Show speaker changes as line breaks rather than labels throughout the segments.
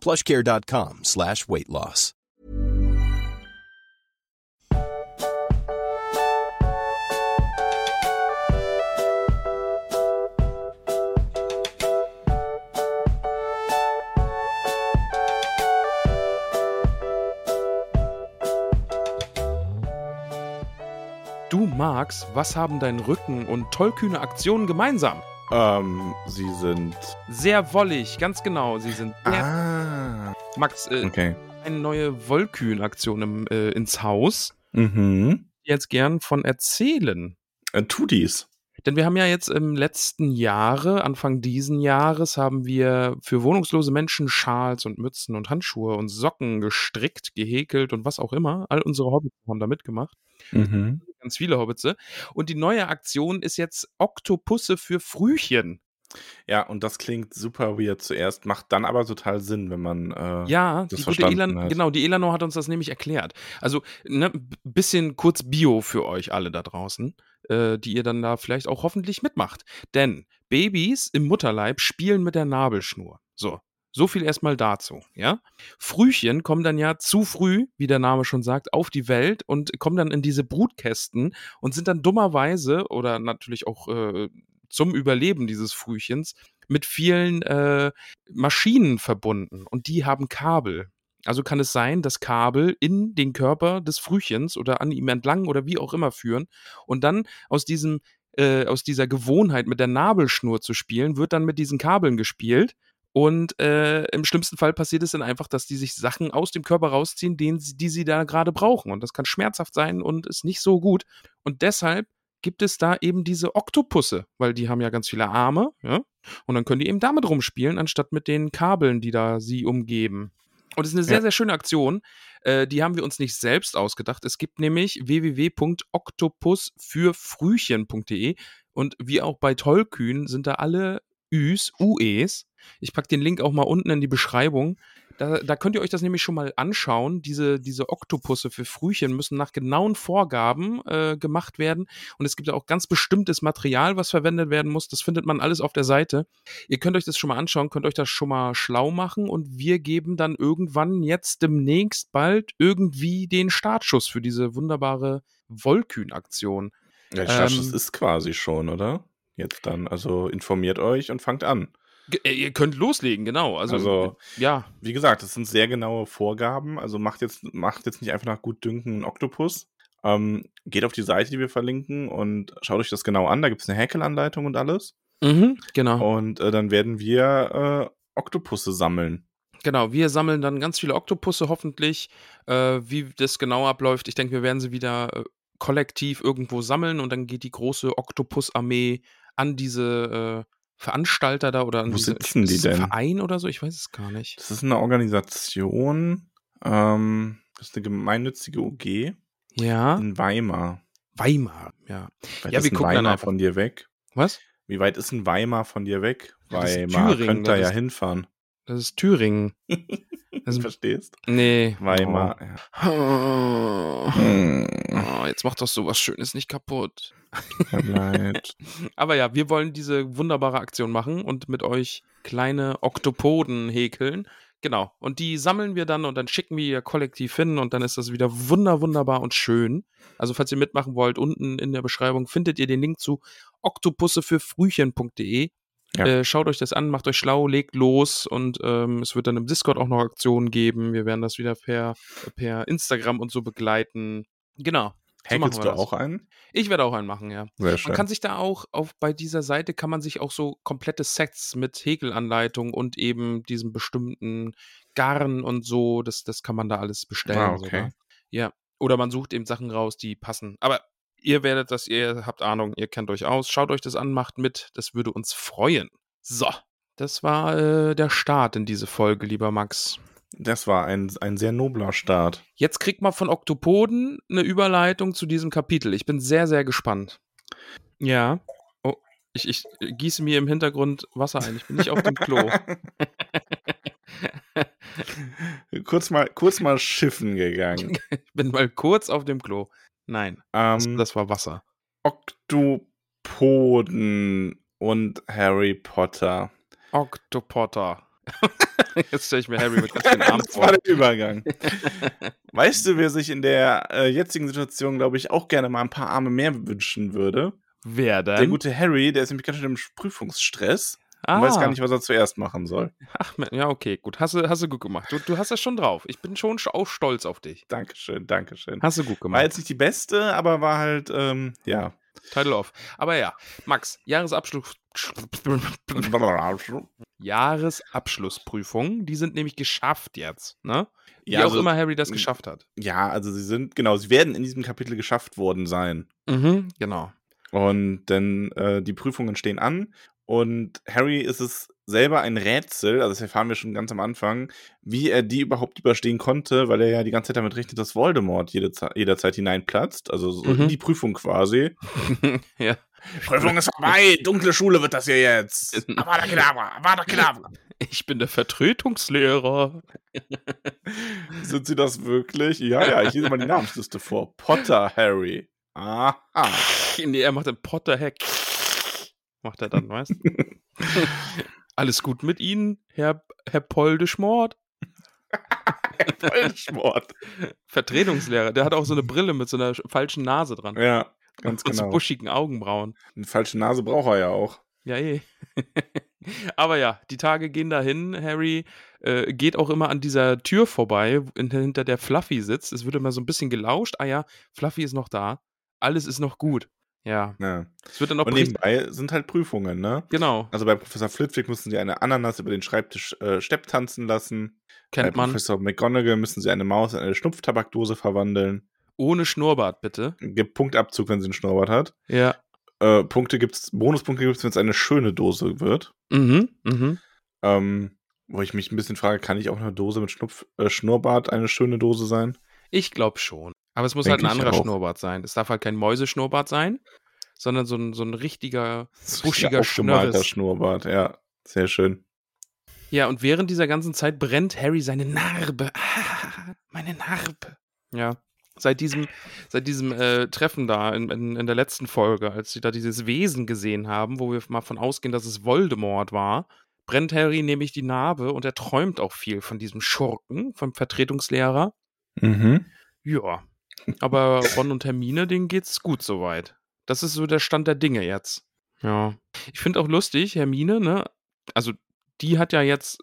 plushcare.com slash weight loss.
Du, Max, was haben dein Rücken und tollkühne Aktionen gemeinsam?
Ähm, sie sind.
Sehr wollig, ganz genau. Sie sind. sehr-
Ah.
Max, äh,
Okay.
eine neue Wollkühn-Aktion im, äh, ins Haus.
Mhm.
Jetzt gern von erzählen.
Äh, Tutis.
Denn wir haben ja jetzt im letzten Jahre, Anfang diesen Jahres, haben wir für wohnungslose Menschen Schals und Mützen und Handschuhe und Socken gestrickt, gehäkelt und was auch immer. All unsere Hobbits haben da mitgemacht.
Mhm.
Ganz viele Hobbitze. Und die neue Aktion ist jetzt Oktopusse für Frühchen.
Ja, und das klingt super weird zuerst, macht dann aber total Sinn, wenn man. Äh,
Ja,
das
die gute
verstanden
Elan,
hat.
genau, die Elano hat uns das nämlich erklärt. Also, ne, b- bisschen kurz Bio für euch alle da draußen, äh, die ihr dann da vielleicht auch hoffentlich mitmacht. Denn Babys im Mutterleib spielen mit der Nabelschnur. So. So viel erstmal dazu, ja? Frühchen kommen dann ja zu früh, wie der Name schon sagt, auf die Welt und kommen dann in diese Brutkästen und sind dann dummerweise oder natürlich auch äh, zum Überleben dieses Frühchens mit vielen äh, Maschinen verbunden und die haben Kabel. Also kann es sein, dass Kabel in den Körper des Frühchens oder an ihm entlang oder wie auch immer führen und dann aus diesem äh, aus dieser Gewohnheit mit der Nabelschnur zu spielen, wird dann mit diesen Kabeln gespielt und äh, im schlimmsten Fall passiert es dann einfach, dass die sich Sachen aus dem Körper rausziehen, den, sie- die sie da gerade brauchen und das kann schmerzhaft sein und ist nicht so gut und deshalb gibt es da eben diese Oktopusse, weil die haben ja ganz viele Arme, ja, und dann können die eben damit rumspielen, anstatt mit den Kabeln, die da sie umgeben. Und es ist eine sehr,
Ja.
sehr schöne Aktion. Äh, die haben wir uns nicht selbst ausgedacht. Es gibt nämlich www.oktopusfürfrühchen.de und wie auch bei Tollkühn sind da alle Üs, UEs. Ich packe den Link auch mal unten in die Beschreibung. Da, da könnt ihr euch das nämlich schon mal anschauen. Diese, diese Oktopusse für Frühchen müssen nach genauen Vorgaben äh, gemacht werden. Und es gibt auch ganz bestimmtes Material, was verwendet werden muss. Das findet man alles auf der Seite. Ihr könnt euch das schon mal anschauen, könnt euch das schon mal schlau machen. Und wir geben dann irgendwann jetzt demnächst bald irgendwie den Startschuss für diese wunderbare Wollkühn-Aktion.
ja, ich dachte,
ähm,
das ist quasi schon, oder? Jetzt dann. Also informiert euch und fangt an.
Ge- äh, Ihr könnt loslegen, genau. Also,
Also-
ja.
Wie gesagt, das sind sehr genaue Vorgaben. Also macht jetzt, macht jetzt nicht einfach nach gut dünken einen Oktopus. Ähm, geht auf die Seite, die wir verlinken und schaut euch das genau an. Da gibt es eine Häkelanleitung und alles.
Mhm, genau.
Und äh, dann werden wir äh, Oktopusse sammeln.
Genau, wir sammeln dann ganz viele Oktopusse hoffentlich. Äh, wie das genau abläuft, ich denke, wir werden sie wieder äh, kollektiv irgendwo sammeln und dann geht die große Oktopusarmee an diese äh, Veranstalter da oder an
Wo
diese,
sitzen die
ist das ein
denn?
Verein oder so, ich weiß es gar nicht.
Das ist eine Organisation, ähm, das ist eine gemeinnützige UG
Ja,
in Weimar.
Weimar, ja.
Wie weit
Ja,
ist
wir
ein
gucken dann
Weimar
einfach.
von dir weg?
Was?
Wie weit ist ein Weimar von dir weg?
Ja, das ist
Weimar
Thüringen, ne?
könnt da
das
ja
ist-
hinfahren.
Das ist Thüringen. Das ist,
Verstehst?
nee.
Weimar. Ja.
Oh.
Hm,
Oh, jetzt macht doch sowas Schönes nicht kaputt.
tut mir leid.
Aber ja, wir wollen diese wunderbare Aktion machen und mit euch kleine Oktopoden häkeln. Genau. Und die sammeln wir dann und dann schicken wir ihr kollektiv hin und dann ist das wieder wunder, wunderbar und schön. Also, falls ihr mitmachen wollt, unten in der Beschreibung findet ihr den Link zu oktopussefürfrühchen.de.
Ja.
Äh, schaut euch das an, macht euch schlau, legt los und ähm, es wird dann im Discord auch noch Aktionen geben. Wir werden das wieder per, per Instagram und so begleiten. Genau. So machen
Häkelst
wir
du
das.
auch einen?
Ich werde auch einen machen, ja.
Sehr
Man kann sich da auch auf bei dieser Seite kann man sich auch so komplette Sets mit Häkelanleitung und eben diesem bestimmten Garn und so, das, das kann man da alles bestellen.
Ah, okay.
sogar. Ja. Oder man sucht eben Sachen raus, die passen. Aber ihr werdet das, ihr habt Ahnung, ihr kennt euch aus, schaut euch das an, macht mit, das würde uns freuen. So, das war äh, der Start in diese Folge, lieber Max.
Das war ein, ein sehr nobler Start.
Jetzt kriegt man von Oktopoden eine Überleitung zu diesem Kapitel. Ich bin sehr, sehr gespannt. Ja. Oh, ich, ich gieße mir im Hintergrund Wasser ein. Ich bin nicht auf dem Klo.
kurz, mal, kurz mal schiffen gegangen.
Ich bin mal kurz auf dem Klo. Nein, das,
Ähm,
das war Wasser.
Oktopoden und Harry Potter.
Octopotter. Jetzt stelle ich mir Harry mit ganz vielen Armen
Das war
vor.
der Übergang. weißt du, wer sich in der äh, jetzigen Situation, glaube ich, auch gerne mal ein paar Arme mehr wünschen würde?
Wer denn?
Der gute Harry, der ist nämlich ganz schön im Prüfungsstress
ah,
und weiß gar nicht, was er zuerst machen soll.
Ach, man, ja, okay, gut. Hast du, hast du gut gemacht. Du, du hast das schon drauf. Ich bin schon sch- auch stolz auf dich.
Dankeschön, Dankeschön.
Hast du gut
War
gemacht.
jetzt nicht die beste, aber war halt, ähm, ja.
Title off. Aber ja, Max, Jahresabschluss. Jahresabschlussprüfungen, die sind nämlich geschafft jetzt, ne? Wie auch
also-
immer Harry das geschafft hat.
Ja, also sie sind, genau, sie werden in diesem Kapitel geschafft worden sein.
Mhm, genau.
Und dann äh, die Prüfungen stehen an. Und Harry ist es selber ein Rätsel, also das erfahren wir schon ganz am Anfang, wie er die überhaupt überstehen konnte, weil er ja die ganze Zeit damit rechnet, dass Voldemort jede, Ze- jederzeit hineinplatzt, also so
Mhm.
in die Prüfung quasi.
ja.
Prüfung ist vorbei, dunkle Schule wird das hier jetzt. Avada Kedavra, Avada Kedavra.
Ich bin der Vertretungslehrer.
Sind sie das wirklich? Ja, ja, ich lese mal die Namensliste vor. Potter Harry. Aha.
Nee, er macht den Potter-Hack. Macht er dann, weißt du? Alles gut mit Ihnen, Herr, Herr Poldeschmort.
Vollsport.
Vertretungslehrer. Der hat auch so eine Brille mit so einer sch- falschen Nase dran.
Ja, ganz
Und so
genau.
buschigen Augenbrauen.
Eine falsche Nase braucht er ja auch.
Ja, eh. Aber ja, die Tage gehen dahin. Harry äh, geht auch immer an dieser Tür vorbei, in, hinter der Fluffy sitzt. Es wird immer so ein bisschen gelauscht. Ah ja, Fluffy ist noch da. Alles ist noch gut. Ja,
Ja.
es wird dann auch
Und
berichtet-
nebenbei sind halt Prüfungen, ne?
Genau,
Also bei Professor Flitwick mussten sie eine Ananas über den Schreibtisch äh, Stepp tanzen lassen.
kennt
bei
man.
Professor McGonagall müssen sie eine Maus in eine Schnupftabakdose verwandeln.
Ohne Schnurrbart, bitte.
Gibt Punktabzug, wenn sie einen Schnurrbart hat.
Ja.
Äh, Punkte gibt's, Bonuspunkte gibt's, wenn es eine schöne Dose wird.
Mhm, mhm.
Ähm, wo ich mich ein bisschen frage, kann ich auch eine Dose mit Schnupf, äh, Schnurrbart eine schöne Dose sein?
Ich glaube schon. Aber es muss
Denk
halt ein
ich
anderer
auch.
Schnurrbart sein. Es darf halt kein Mäuseschnurrbart sein, sondern so ein, so ein richtiger Buschiger
Ja, aufgemalter
Schnörres.
Schnurrbart, ja. Sehr schön.
Ja, und während dieser ganzen Zeit brennt Harry seine Narbe. Ah, meine Narbe. Ja. Seit diesem, seit diesem äh, Treffen da in, in, in der letzten Folge, als sie da dieses Wesen gesehen haben, wo wir mal von ausgehen, dass es Voldemort war, brennt Harry nämlich die Narbe und er träumt auch viel von diesem Schurken, vom Vertretungslehrer.
Mhm.
Ja. Aber Ron und Hermine, denen geht's gut soweit. Das ist so der Stand der Dinge jetzt. Ja. Ich finde auch lustig, Hermine, ne? Also, die hat ja jetzt.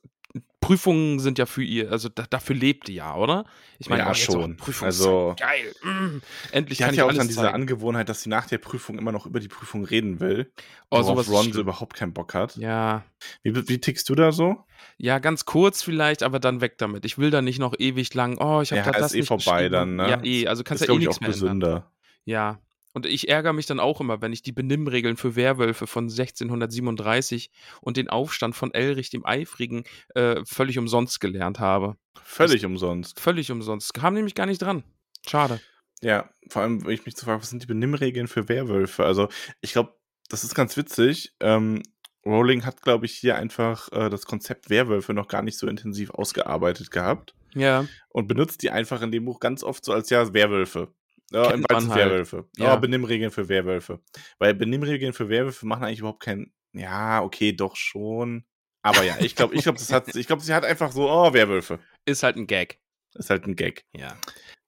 Prüfungen sind ja für ihr, also da, dafür lebt die ja, oder? Ich
Ja,
oh, jetzt auch
schon.
Prüfungszeit,
Also-
geil. Mm. Endlich
Ich
kann
hatte
ich
ja auch
alles
dann diese
zeigen.
Angewohnheit, dass sie nach der Prüfung immer noch über die Prüfung reden will.
oh,
worauf
sowas ist
Ron so
schlimm.
überhaupt keinen Bock hat.
Ja.
Wie, wie tickst du da so?
Ja, ganz kurz vielleicht, aber dann weg damit. Ich will da nicht noch ewig lang. Oh, ich habe
Ja,
da
ist
das
eh
nicht
vorbei
geschrieben.
dann, ne?
Ja, eh, also kannst
ist,
ja eh
glaube ich,
nichts
auch
mehr ändern.
gesünder.
Ja. Und ich ärgere mich dann auch immer, wenn ich die Benimmregeln für Werwölfe von 1637 und den Aufstand von Elrich dem Eifrigen äh, völlig umsonst gelernt habe.
Völlig umsonst.
Völlig umsonst. Kam nämlich gar nicht dran. Schade.
Ja, vor allem, wenn ich mich zu fragen, was sind die Benimmregeln für Werwölfe? Also, ich glaube, das ist ganz witzig. Ähm, Rowling hat, glaube ich, hier einfach äh, das Konzept Werwölfe noch gar nicht so intensiv ausgearbeitet gehabt
Ja.
und benutzt die einfach in dem Buch ganz oft so als ja, Werwölfe. Ja,
Kennt
im
man
Wald sind
halt.
Werwölfe. Ja,
Ja.
Benimmregeln für Werwölfe. Weil Benimmregeln für Werwölfe machen eigentlich überhaupt keinen. Ja, okay, doch schon. Aber ja, ich glaube, ich glaube, das hat, ich glaube, sie hat einfach so, oh, Werwölfe.
Ist halt ein Gag.
Ist halt ein Gag.
Ja.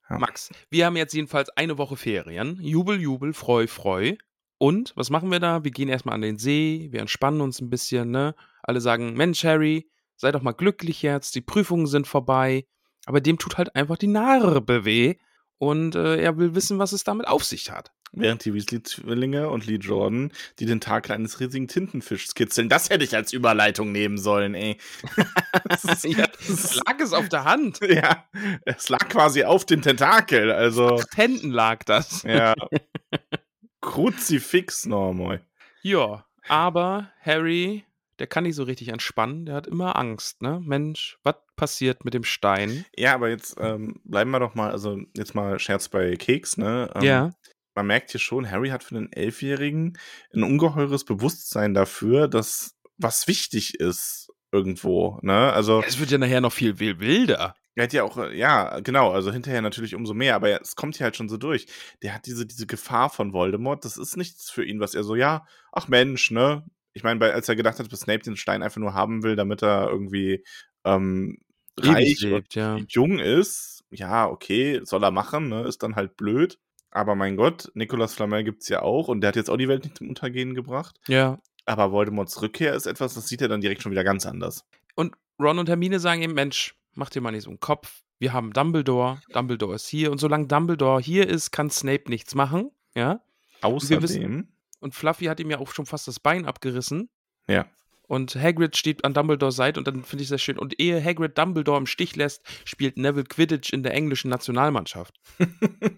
Ja.
Max, wir haben jetzt jedenfalls eine Woche Ferien. Jubel, Jubel, Freu, Freu. Und was machen wir da? Wir gehen erstmal an den See, wir entspannen uns ein bisschen, ne? Alle sagen, Mensch, Harry, sei doch mal glücklich jetzt, die Prüfungen sind vorbei. Aber dem tut halt einfach die Narbe weh. Und äh, er will wissen, was es damit auf sich hat.
Während die Weasley-Zwillinge und Lee Jordan die Tentakel eines riesigen Tintenfischs kitzeln. Das hätte ich als Überleitung nehmen sollen, ey. Das ist-
Ja,
das ist-
Lag es auf der Hand?
ja, es lag quasi auf den Tentakel, also,
Mit Händen lag das.
ja. Kruzifix, Normoy.
Ja, aber Harry, der kann nicht so richtig entspannen, der hat immer Angst, ne? Mensch, was passiert mit dem Stein?
Ja, aber jetzt ähm, bleiben wir doch mal, also jetzt mal Scherz bei Keks, ne? Ähm,
ja.
Man merkt hier schon, Harry hat für den Elfjährigen ein ungeheures Bewusstsein dafür, dass was wichtig ist irgendwo, ne? Also
Es wird ja nachher noch viel wil- wilder.
er hat ja auch, äh, ja, genau, also hinterher natürlich umso mehr, aber es kommt hier halt schon so durch. Der hat diese, diese Gefahr von Voldemort, das ist nichts für ihn, was er so, ja, ach Mensch, ne? Ich meine, bei- als er gedacht hat, dass Snape den Stein einfach nur haben will, damit er irgendwie ähm, reich und
lebt, ja.
jung ist, ja, okay, soll er machen, ne? ist dann halt blöd. Aber mein Gott, Nicolas Flamel gibt's ja auch und der hat jetzt auch die Welt nicht zum Untergehen gebracht.
Ja.
Aber Voldemorts Rückkehr ist etwas, das sieht er dann direkt schon wieder ganz anders.
Und Ron und Hermine sagen ihm, Mensch, mach dir mal nicht so einen Kopf. Wir haben Dumbledore, Dumbledore ist hier. Und solange Dumbledore hier ist, kann Snape nichts machen. Ja.
Außerdem,
Und Fluffy hat ihm ja auch schon fast das Bein abgerissen.
ja,
Und Hagrid steht an Dumbledores Seite und dann finde ich sehr schön. Und ehe Hagrid Dumbledore im Stich lässt, spielt Neville Quidditch in der englischen Nationalmannschaft.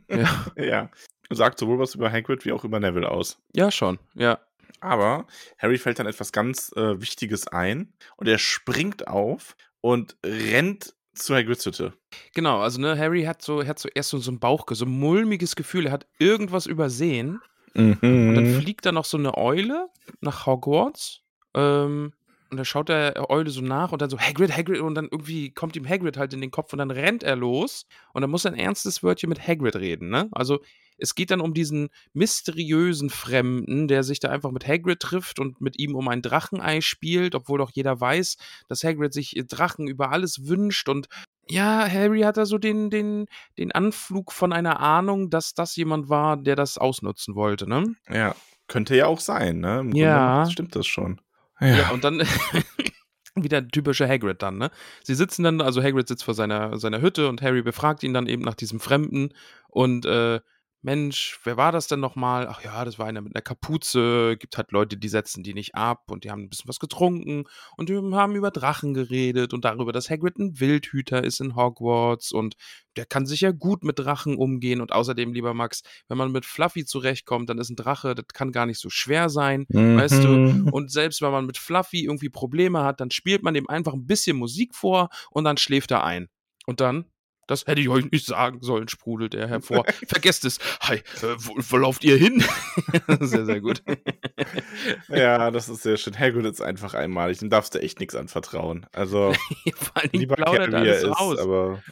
ja.
ja, sagt sowohl was über Hagrid wie auch über Neville aus.
ja, schon. Ja.
Aber Harry fällt dann etwas ganz äh, Wichtiges ein und er springt auf und rennt zu Hagrids Hütte.
Genau, also ne, Harry hat so, hat so erst so, so ein Bauch, so ein mulmiges Gefühl, er hat irgendwas übersehen. Und
Mhm.
dann fliegt da noch so eine Eule nach Hogwarts. Ähm, und dann schaut der Eule so nach und dann so Hagrid, Hagrid. Und dann irgendwie kommt ihm Hagrid halt in den Kopf und dann rennt er los. Und dann muss er ein ernstes Wörtchen mit Hagrid reden. Ne? Also es geht dann um diesen mysteriösen Fremden, der sich da einfach mit Hagrid trifft und mit ihm um ein Drachenei spielt, obwohl doch jeder weiß, dass Hagrid sich Drachen über alles wünscht. Und ja, Harry hat da so den, den, den Anflug von einer Ahnung, dass das jemand war, der das ausnutzen wollte. Ne?
Ja, könnte ja auch sein, ne? Im Grunde
Ja.
Stimmt das schon.
Ja, und dann wieder typischer Hagrid dann, ne? Sie sitzen dann, also Hagrid sitzt vor seiner, seiner Hütte und Harry befragt ihn dann eben nach diesem Fremden und äh, Mensch, wer war das denn nochmal? Ach ja, das war einer mit einer Kapuze. Gibt halt Leute, die setzen die nicht ab und die haben ein bisschen was getrunken und die haben über Drachen geredet und darüber, dass Hagrid ein Wildhüter ist in Hogwarts und der kann sicher gut mit Drachen umgehen und außerdem, lieber Max, wenn man mit Fluffy zurechtkommt, dann ist ein Drache, das kann gar nicht so schwer sein. Weißt du, Mhm.
Oh,
und selbst wenn man mit Fluffy irgendwie Probleme hat, dann spielt man dem einfach ein bisschen Musik vor und dann schläft er ein. Und dann, das hätte ich euch nicht sagen sollen, sprudelt er hervor. Vergesst es. Hi, äh, wo, wo lauft ihr hin? sehr, sehr gut.
Ja, das ist sehr schön. Hagrid ist einfach einmalig. Dem darfst du echt nichts anvertrauen. Also,
Vor allen Dingen
lieber Kerl,
plaudert
wie er
alles
ist,
aus.
aber.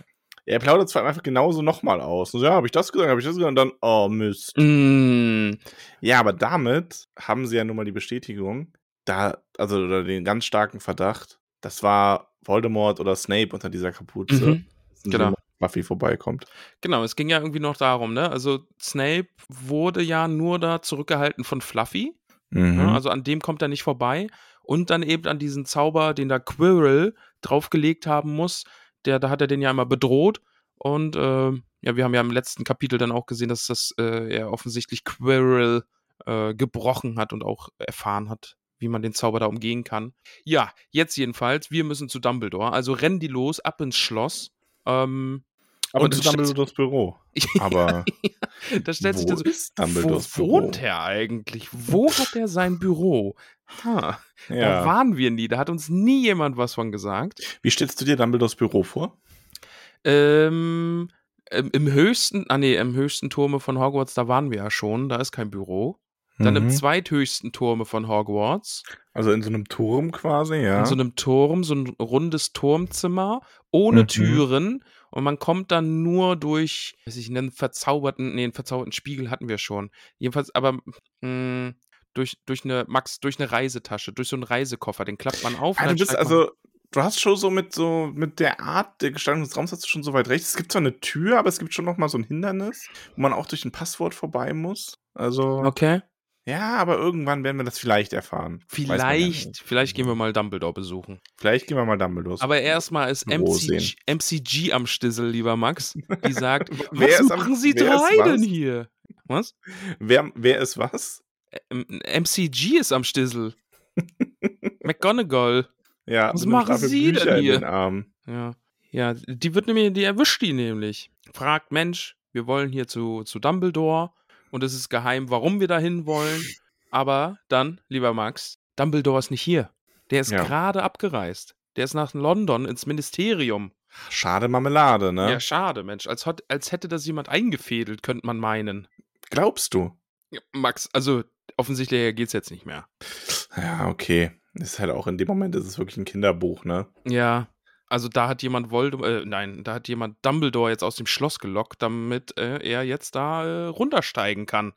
Er plaudert es vor allem einfach genauso nochmal aus. Und so, ja, habe ich das gesagt, habe ich das gesagt und dann, oh Mist.
Mm,
Ja, aber damit haben sie ja nun mal die Bestätigung, da, also oder den ganz starken Verdacht, das war Voldemort oder Snape unter dieser Kapuze,
mhm.
dass
genau.
so Buffy vorbeikommt.
Genau, es ging ja irgendwie noch darum, ne? Also Snape wurde ja nur da zurückgehalten von Fluffy.
Mhm.
Ne? Also an dem kommt er nicht vorbei. Und dann eben an diesen Zauber, den da Quirrell draufgelegt haben muss. Der, da hat er den ja immer bedroht. Und ähm, ja, wir haben ja im letzten Kapitel dann auch gesehen, dass das äh, er offensichtlich Quirrell äh, gebrochen hat und auch erfahren hat, wie man den Zauber da umgehen kann. Ja, jetzt jedenfalls, wir müssen zu Dumbledore. Also rennen die los, ab ins Schloss. Ähm,
aber
und
das ist
dann
Dumbledores Büro. Aber
da stellt sich dann so,
wo ist Dumbledores
wo
Büro?
wohnt er eigentlich? Wo hat er sein Büro? Ha. Da
Ja.
waren wir nie, da hat uns nie jemand was von gesagt.
Wie stellst du dir Dumbledores Büro vor?
Ähm, im, im höchsten, ah nee, im höchsten Turme von Hogwarts, da waren wir ja schon, da ist kein Büro. Dann im
Mhm.
zweithöchsten Turme von Hogwarts,
Also in so einem Turm quasi, ja.
in so einem Turm, so ein rundes Turmzimmer, ohne
Mhm.
Türen. Und man kommt dann nur durch, weiß ich, einen verzauberten, nee, einen verzauberten Spiegel hatten wir schon. Jedenfalls, aber mh, durch, durch eine, Max, durch eine Reisetasche, durch so einen Reisekoffer, den klappt man auf. und
ah, du
dann
bist
steigt man-
also, du hast schon so mit so mit der Art der Gestaltung des Raums hast du schon so weit recht. Es gibt zwar eine Tür, aber es gibt schon noch mal so ein Hindernis, wo man auch durch ein Passwort vorbei muss. Also
Okay.
ja, aber irgendwann werden wir das vielleicht erfahren. Weiß man ja
Vielleicht,
nicht. Mhm.
vielleicht gehen wir mal Dumbledore besuchen.
Vielleicht gehen wir mal Dumbledore.
Aber erstmal ist
Büro
MCG, MCG am Stissel, lieber Max, die sagt,
Wer
was
ist am-
machen Sie
wer ist
drei
was?"
denn hier? Was?
wer, wer ist was?
M MCG ist am Stissel. McGonagall.
Ja,
Was
mit einem
machen
Stapel
Sie
Bücher
denn
in
hier?
Den Armen.
Ja. ja, die wird nämlich, die erwischt die nämlich. Fragt, Mensch, wir wollen hier zu, zu Dumbledore und es ist geheim, warum wir dahin wollen. Aber dann, lieber Max, Dumbledore ist nicht hier. Der ist
Ja.
gerade abgereist. Der ist nach London ins Ministerium.
Schade Marmelade,
Ja,
ne?
schade, Mensch. Als, hat, als hätte das jemand eingefädelt, könnte man meinen.
Glaubst du?
Ja, Max, also offensichtlich geht's jetzt nicht mehr.
Ja, okay. Ist halt auch in dem Moment ist es wirklich ein Kinderbuch, ne?
Ja. Also da hat jemand Voldemort, äh, nein, da hat jemand Dumbledore jetzt aus dem Schloss gelockt, damit äh, er jetzt da äh, runtersteigen kann.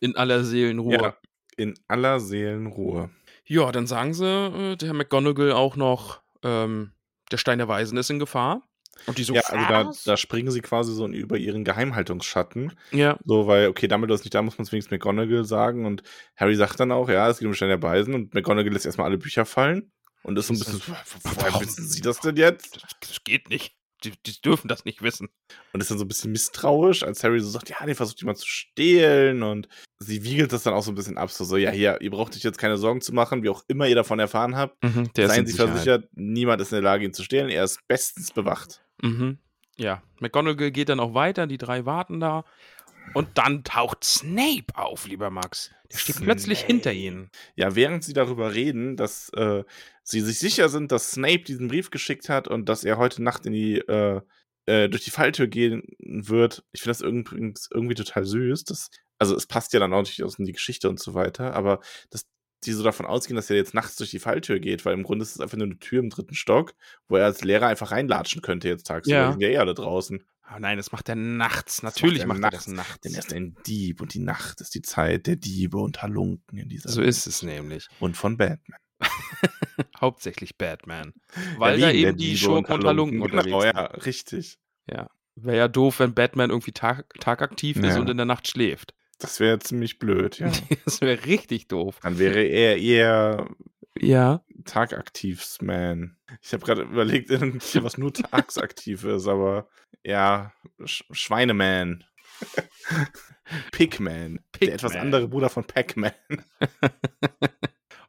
In aller Seelenruhe.
Ja. In aller Seelenruhe.
Ja, dann sagen sie, äh, der McGonagall auch noch, ähm, der Stein der Weisen ist in Gefahr. Und die so,
ja, also da,
was?
da springen sie quasi so über ihren Geheimhaltungsschatten.
ja,
So, weil, okay, Dumbledore ist nicht da, muss man es wenigstens McGonagall sagen. Und Harry sagt dann auch, ja, es geht um den Stein der Beisen. Und McGonagall lässt erstmal alle Bücher fallen. Und ist so ein bisschen, so, woher wissen sie das denn jetzt?
das, das geht nicht. Die, die dürfen das nicht wissen.
Und ist dann so ein bisschen misstrauisch, als Harry so sagt, ja, den versucht jemand zu stehlen. Und sie wiegelt das dann auch so ein bisschen ab. So, so ja, hier, ihr braucht euch jetzt keine Sorgen zu machen, wie auch immer ihr davon erfahren habt.
der
Seien Sie versichert, niemand ist in der Lage, ihn zu stehlen. Er ist bestens bewacht.
Mhm. Ja, McGonagall geht dann auch weiter, die drei warten da. Und dann taucht Snape auf, lieber Max. Der steht
Snape.
plötzlich hinter ihnen.
Ja, während sie darüber reden, dass äh, sie sich sicher sind, dass Snape diesen Brief geschickt hat und dass er heute Nacht in die, äh, äh, durch die Falltür gehen wird. Ich finde das übrigens irgendwie total süß. Dass, also es passt ja dann auch durchaus in die Geschichte und so weiter, aber dass die so davon ausgehen, dass er jetzt nachts durch die Falltür geht, weil im Grunde ist es einfach nur eine Tür im dritten Stock, wo er als Lehrer einfach reinlatschen könnte jetzt tagsüber.
Ja.
Die sind ja eh alle draußen.
Ah, nein, das macht er nachts. Natürlich
macht
macht,
er
er das nachts.
Denn er ist ein Dieb und die Nacht ist die Zeit der Diebe und Halunken in dieser
so ist es nämlich.
Und von Batman.
Hauptsächlich Batman. Weil da
liegen
eben
der Diebe
die Schurken und Halunken unterwegs
Genau,
sind.
ja, richtig.
Wäre ja doof, wenn Batman irgendwie tag tagaktiv ist
Ja.
und in der Nacht schläft.
Das wäre ziemlich blöd, ja.
Das wäre richtig doof.
Dann wäre er eher
Ja.
tagaktivs Man. Ich habe gerade überlegt, irgendwie was nur tagsaktiv ist, aber ja, Sch Schweineman. Pigman.
Pigman.
Der etwas andere Bruder von Pac-Man.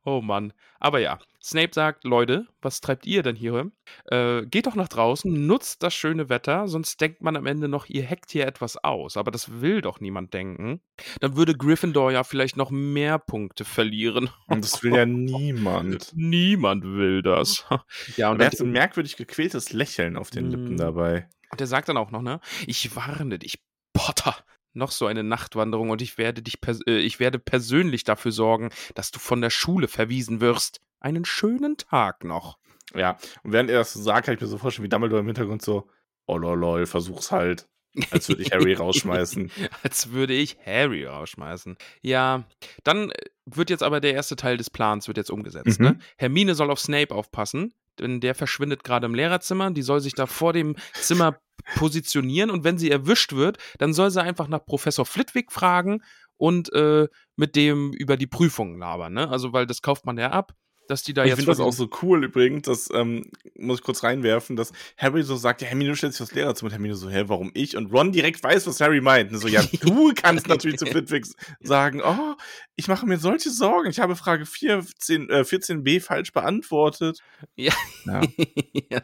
Oh Mann. Aber ja, Snape sagt, Leute, was treibt ihr denn hier? Äh, geht doch nach draußen, nutzt das schöne Wetter, sonst denkt man am Ende noch, ihr hackt hier etwas aus. Aber das will doch niemand denken. Dann würde Gryffindor ja vielleicht noch mehr Punkte verlieren.
Und das will ja niemand.
Niemand will das. Ja,
Und er
dann-
hat so ein merkwürdig gequältes Lächeln auf den Lippen
Mm.
dabei.
Und der sagt dann auch noch, ne? Ich warne dich, Potter. Noch so eine Nachtwanderung und ich werde dich, pers äh, ich werde persönlich dafür sorgen, dass du von der Schule verwiesen wirst. Einen schönen Tag noch.
Ja, und während er das so sagt, kann ich mir so vorstellen, wie Dumbledore im Hintergrund so, oh lol, lol versuch's halt. Als würde ich Harry rausschmeißen.
Als würde ich Harry rausschmeißen. Ja, dann äh, wird jetzt aber der erste Teil des Plans wird jetzt umgesetzt.
Mhm.
Ne? Hermine soll auf Snape aufpassen, denn der verschwindet gerade im Lehrerzimmer. Die soll sich da vor dem Zimmer positionieren und wenn sie erwischt wird, dann soll sie einfach nach Professor Flitwick fragen und äh, mit dem über die Prüfungen labern. Ne? Also, weil das kauft man ja ab, dass die da
Ich
jetzt.
finde das
von-
auch so cool übrigens, das ähm, muss ich kurz reinwerfen, dass Harry so sagt, ja, Hermine stellt sich aufs Lehrerzimmer und Hermine so, hä, warum ich? Und Ron direkt weiß, was Harry meint. Und so, ja, du kannst natürlich zu Flitwick sagen, oh, ich mache mir solche Sorgen, ich habe Frage 14, äh, 14b falsch beantwortet.
Ja.
ja.
ja,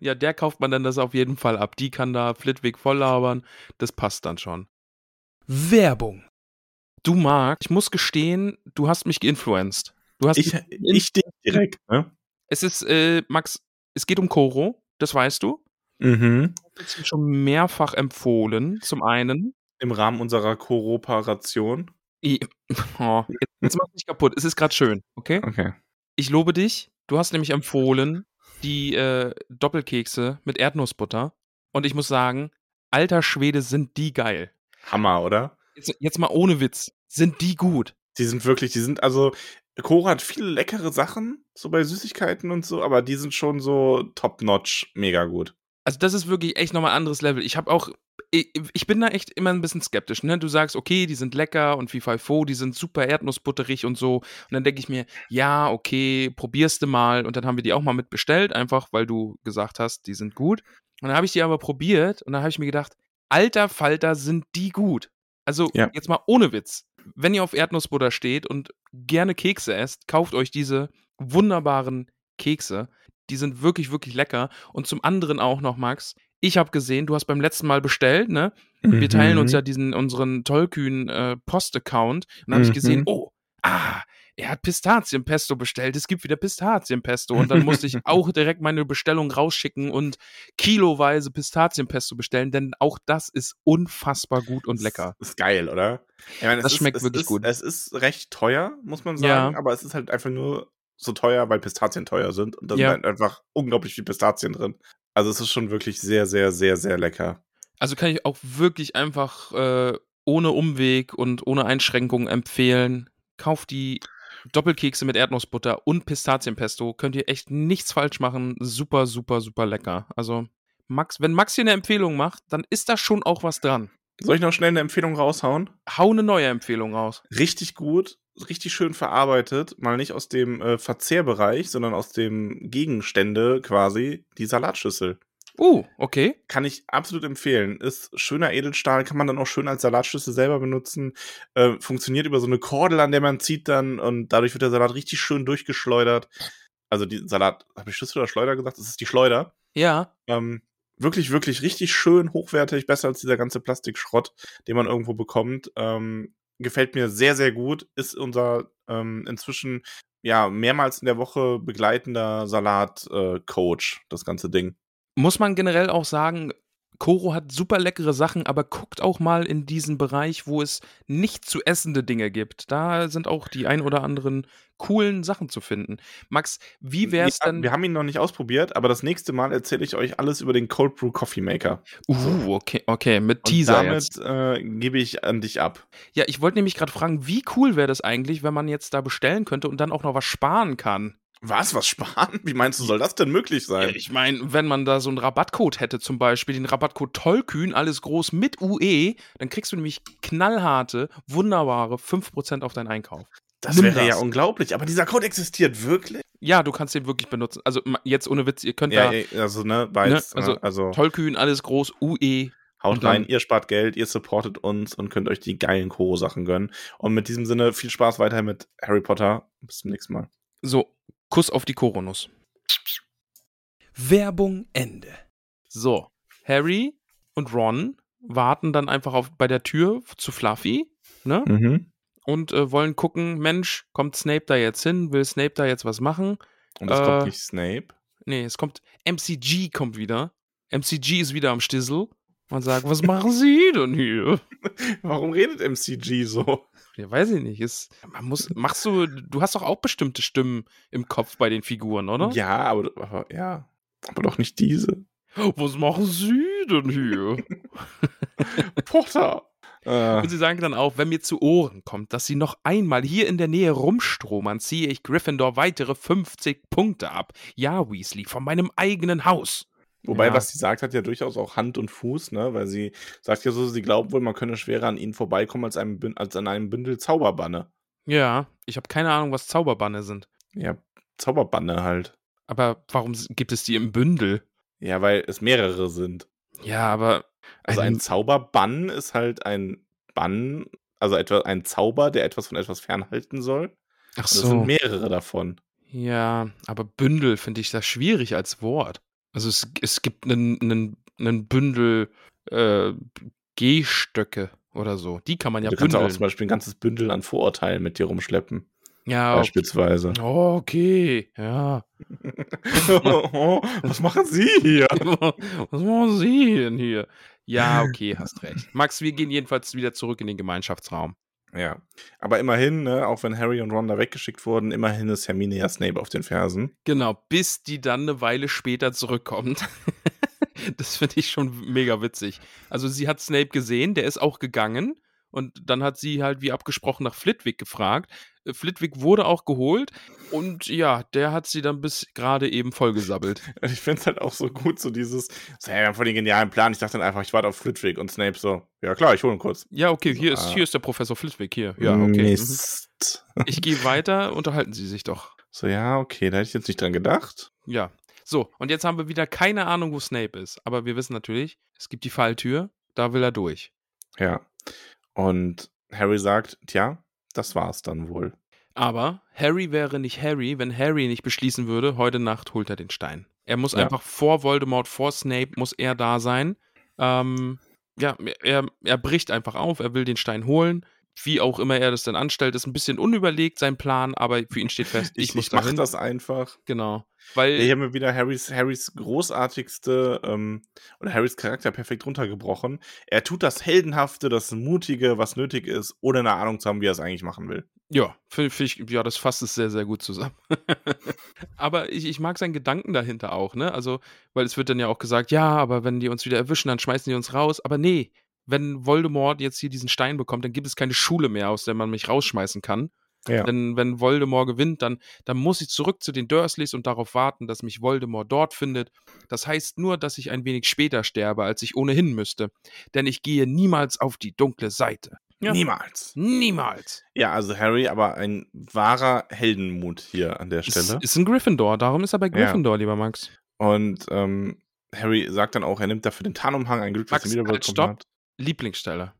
ja, der kauft man dann das auf jeden Fall ab. Die kann da Flitwick voll labern. Das passt dann schon. Werbung. Du, Marc, ich muss gestehen, du hast mich geinfluenced. Du hast
Ich,
mich,
ich dich direkt, ne?
es ist, äh, Max, es geht um Koro, das weißt du.
Mhm.
Das ist schon mehrfach empfohlen, zum einen.
Im Rahmen unserer Kooperation.
I- Oh, jetzt, jetzt mach's nicht kaputt, es ist gerade schön, okay?
Okay.
Ich lobe dich, du hast nämlich empfohlen, die äh, Doppelkekse mit Erdnussbutter. Und ich muss sagen, alter Schwede, sind die geil.
Hammer, oder?
Jetzt, jetzt mal ohne Witz. Sind die gut?
Die sind wirklich, die sind also. Cora hat viele leckere Sachen, so bei Süßigkeiten und so, aber die sind schon so top-notch, mega gut.
Also das ist wirklich echt nochmal ein anderes Level. Ich habe auch, ich, ich bin da echt immer ein bisschen skeptisch. Ne? Du sagst, okay, die sind lecker und FIFO, die sind super erdnussbutterig und so. Und dann denke ich mir, ja, okay, probierst du mal. Und dann haben wir die auch mal mitbestellt, einfach weil du gesagt hast, die sind gut. Und dann habe ich die aber probiert und dann habe ich mir gedacht, alter Falter, sind die gut. Also
Ja.
jetzt mal ohne Witz. Wenn ihr auf Erdnussbutter steht und gerne Kekse esst, kauft euch diese wunderbaren Kekse. Die sind wirklich, wirklich lecker. Und zum anderen auch noch, Max, ich habe gesehen, du hast beim letzten Mal bestellt, Mhm.
Mhm.
ne? Wir teilen uns ja diesen, unseren tollkühnen äh, Post-Account. Und dann habe ich
Mhm.
gesehen, oh, ah, er hat Pistazienpesto bestellt, es gibt wieder Pistazienpesto. Und dann musste ich auch direkt meine Bestellung rausschicken und kiloweise Pistazienpesto bestellen, denn auch das ist unfassbar gut und lecker.
Ist, ist geil, oder? Ich meine, es
Das
ist-
schmeckt
es
wirklich
ist,
gut.
Es ist recht teuer, muss man sagen, aber es ist halt einfach nur so teuer, weil Pistazien teuer sind und da
Ja.
sind halt einfach unglaublich viel Pistazien drin. Also es ist schon wirklich sehr, sehr, sehr, sehr lecker.
Also kann ich auch wirklich einfach äh, ohne Umweg und ohne Einschränkungen empfehlen. Kauft die Doppelkekse mit Erdnussbutter und Pistazienpesto. Könnt ihr echt nichts falsch machen. Super, super, super lecker. Also Max, wenn Max hier eine Empfehlung macht, dann ist da schon auch was dran.
Soll ich noch schnell eine Empfehlung raushauen?
Hau eine neue Empfehlung raus.
Richtig gut, richtig schön verarbeitet, mal nicht aus dem äh, Verzehrbereich, sondern aus dem Gegenstände quasi, die Salatschüssel.
Uh, okay.
Kann ich absolut empfehlen. Ist schöner Edelstahl, kann man dann auch schön als Salatschüssel selber benutzen. Äh, funktioniert über so eine Kordel, an der man zieht dann und dadurch wird der Salat richtig schön durchgeschleudert. Also die Salat, habe ich Schüssel oder Schleuder gesagt? Das ist die Schleuder.
Ja.
Ähm, wirklich, wirklich richtig schön hochwertig, besser als dieser ganze Plastikschrott, den man irgendwo bekommt. Ähm, gefällt mir sehr, sehr gut. Ist unser ähm, inzwischen ja mehrmals in der Woche begleitender Salat-Coach, äh, Coach, das ganze Ding.
Muss man generell auch sagen, Koro hat super leckere Sachen, aber guckt auch mal in diesen Bereich, wo es nicht zu essende Dinge gibt. Da sind auch die ein oder anderen coolen Sachen zu finden. Max, wie wär's
ja,
denn?
Wir haben ihn noch nicht ausprobiert, aber das nächste Mal erzähle ich euch alles über den Cold Brew Coffee Maker.
Uh, okay, okay, mit
Und
Teaser jetzt.
damit äh, gebe ich an dich ab.
Ja, ich wollte nämlich gerade fragen, wie cool wäre das eigentlich, wenn man jetzt da bestellen könnte und dann auch noch was sparen kann?
Was? Was sparen? Wie meinst du, soll das denn möglich sein?
Ich meine, wenn man da so einen Rabattcode hätte, zum Beispiel den Rabattcode Tollkühn, alles groß mit UE, dann kriegst du nämlich knallharte, wunderbare 5% auf deinen Einkauf.
das
nimm
wäre
das.
ja unglaublich, aber dieser Code existiert wirklich?
Ja, du kannst den wirklich benutzen. Also ma- jetzt ohne Witz, ihr könnt
Ja,
da
ey, also, ne, weiß.
Ne,
Ne,
also,
also
tollkühn, alles groß, UE.
haut
und dann-
rein, ihr spart Geld, ihr supportet uns und könnt euch die geilen Koro-Sachen gönnen. Und mit diesem Sinne, viel Spaß weiter mit Harry Potter. Bis zum nächsten Mal.
So, Kuss auf die Koronus. Werbung Ende. So, Harry und Ron warten dann einfach auf, bei der Tür zu Fluffy ne?
Mhm.
und äh, wollen gucken, Mensch, kommt Snape da jetzt hin? Will Snape da jetzt was machen?
Und es
Äh,
kommt nicht Snape.
Nee, es kommt, MCG kommt wieder. MCG ist wieder am Stissel. Man sagt, was machen Sie denn hier?
Warum redet MCG so?
Ja, weiß ich nicht. Ist, man muss,
Hm.
machst du, du hast doch auch bestimmte Stimmen im Kopf bei den Figuren, oder?
Ja, aber, aber ja. Aber doch nicht diese.
Oh, Was machen Sie denn hier?
Potter. Äh,
Und sie sagen dann auch, wenn mir zu Ohren kommt, dass sie noch einmal hier in der Nähe rumstromern, ziehe ich Gryffindor weitere 50 Punkte ab. Ja, Weasley, von meinem eigenen Haus.
wobei,
Ja.
was sie sagt, hat ja durchaus auch Hand und Fuß, ne? Weil sie sagt ja so, sie glaubt wohl, man könne schwerer an ihnen vorbeikommen als, einem, Bün- als an einem Bündel Zauberbanne.
Ja, ich habe keine Ahnung, was Zauberbanne sind.
Ja, Zauberbanne halt.
Aber warum s- gibt es die im Bündel?
Ja, weil es mehrere sind.
Ja, aber.
Also
Ein-
ein Zauberbann ist halt ein Bann, also etwa ein Zauber, der etwas von etwas fernhalten soll.
Ach
Und Es sind mehrere davon.
Ja, aber Bündel finde ich das schwierig als Wort. Also es, es gibt einen, einen, einen Bündel äh, Gehstöcke oder so. Die kann man ja
du kannst auch zum
bündeln.
Beispiel ein ganzes Bündel an Vorurteilen mit dir rumschleppen,
Ja,
beispielsweise.
oh, okay, ja.
Oh, was machen Sie hier?
Was machen Sie denn hier? Ja, okay, hast recht. Max, wir gehen jedenfalls wieder zurück in den Gemeinschaftsraum.
Ja. Aber immerhin, ne, auch wenn Harry und Ron da weggeschickt wurden, immerhin ist Hermine ja Snape auf den Fersen.
Genau, bis die dann eine Weile später zurückkommt. das finde ich schon mega witzig. Also sie hat Snape gesehen, der ist auch gegangen und dann hat sie halt wie abgesprochen nach Flitwick gefragt. Äh, Flitwick wurde auch geholt und ja, der hat sie dann bis gerade eben vollgesabbelt.
Und ich finde es halt auch so gut, so dieses, so, hey, wir haben voll den genialen Plan. Ich dachte dann einfach, ich warte auf Flitwick und Snape so, ja klar, ich hole ihn kurz.
Ja, okay, hier
Ah. Mm,
ist, hier ist der Professor Flitwick, hier. Ja, okay. Mhm.
Mist.
Ich gehe weiter, unterhalten sie sich doch.
So, ja, okay, da hätte ich jetzt nicht dran gedacht.
Ja. So, und jetzt haben wir wieder keine Ahnung, wo Snape ist. Aber wir wissen natürlich, es gibt die Falltür, da will er durch.
Ja. Und Harry sagt, tja, das war's dann wohl.
Aber Harry wäre nicht Harry, wenn Harry nicht beschließen würde, heute Nacht holt er den Stein. Er muss
Ja.
einfach vor Voldemort, vor Snape, muss er da sein. Ähm, ja, er, er bricht einfach auf, er will den Stein holen. wie auch immer er das dann anstellt, ist ein bisschen unüberlegt, sein Plan, aber für ihn steht fest, ich,
Ich,
muss
ich mache
dahin.
das einfach.
Genau.
Ja, hier
Weil,
haben wir wieder Harrys, Harrys großartigste ähm, oder Harrys Charakter perfekt runtergebrochen. Er tut das Heldenhafte, das Mutige, was nötig ist, ohne eine Ahnung zu haben, wie er es eigentlich machen will.
ja, find, find ich, ja, das fasst es sehr, sehr gut zusammen. aber ich, ich mag seinen Gedanken dahinter auch, ne? Also, weil es wird dann ja auch gesagt, ja, aber wenn die uns wieder erwischen, dann schmeißen die uns raus. Aber nee, wenn Voldemort jetzt hier diesen Stein bekommt, dann gibt es keine Schule mehr, aus der man mich rausschmeißen kann.
Ja.
Wenn, wenn Voldemort gewinnt, dann, dann muss ich zurück zu den Dursleys und darauf warten, dass mich Voldemort dort findet. Das heißt nur, dass ich ein wenig später sterbe, als ich ohnehin müsste. Denn ich gehe niemals auf die dunkle Seite. Ja.
Niemals.
Niemals.
Ja, also Harry, aber ein wahrer Heldenmut hier an der
Ist,
Stelle.
ist ein Gryffindor, darum ist er bei Gryffindor, lieber Max.
Und ähm, Harry sagt dann auch, er nimmt dafür den Tarnumhang ein Glück,
Max,
was er
halt,
wiederbekommen
stopp.
hat.
Lieblingsstelle.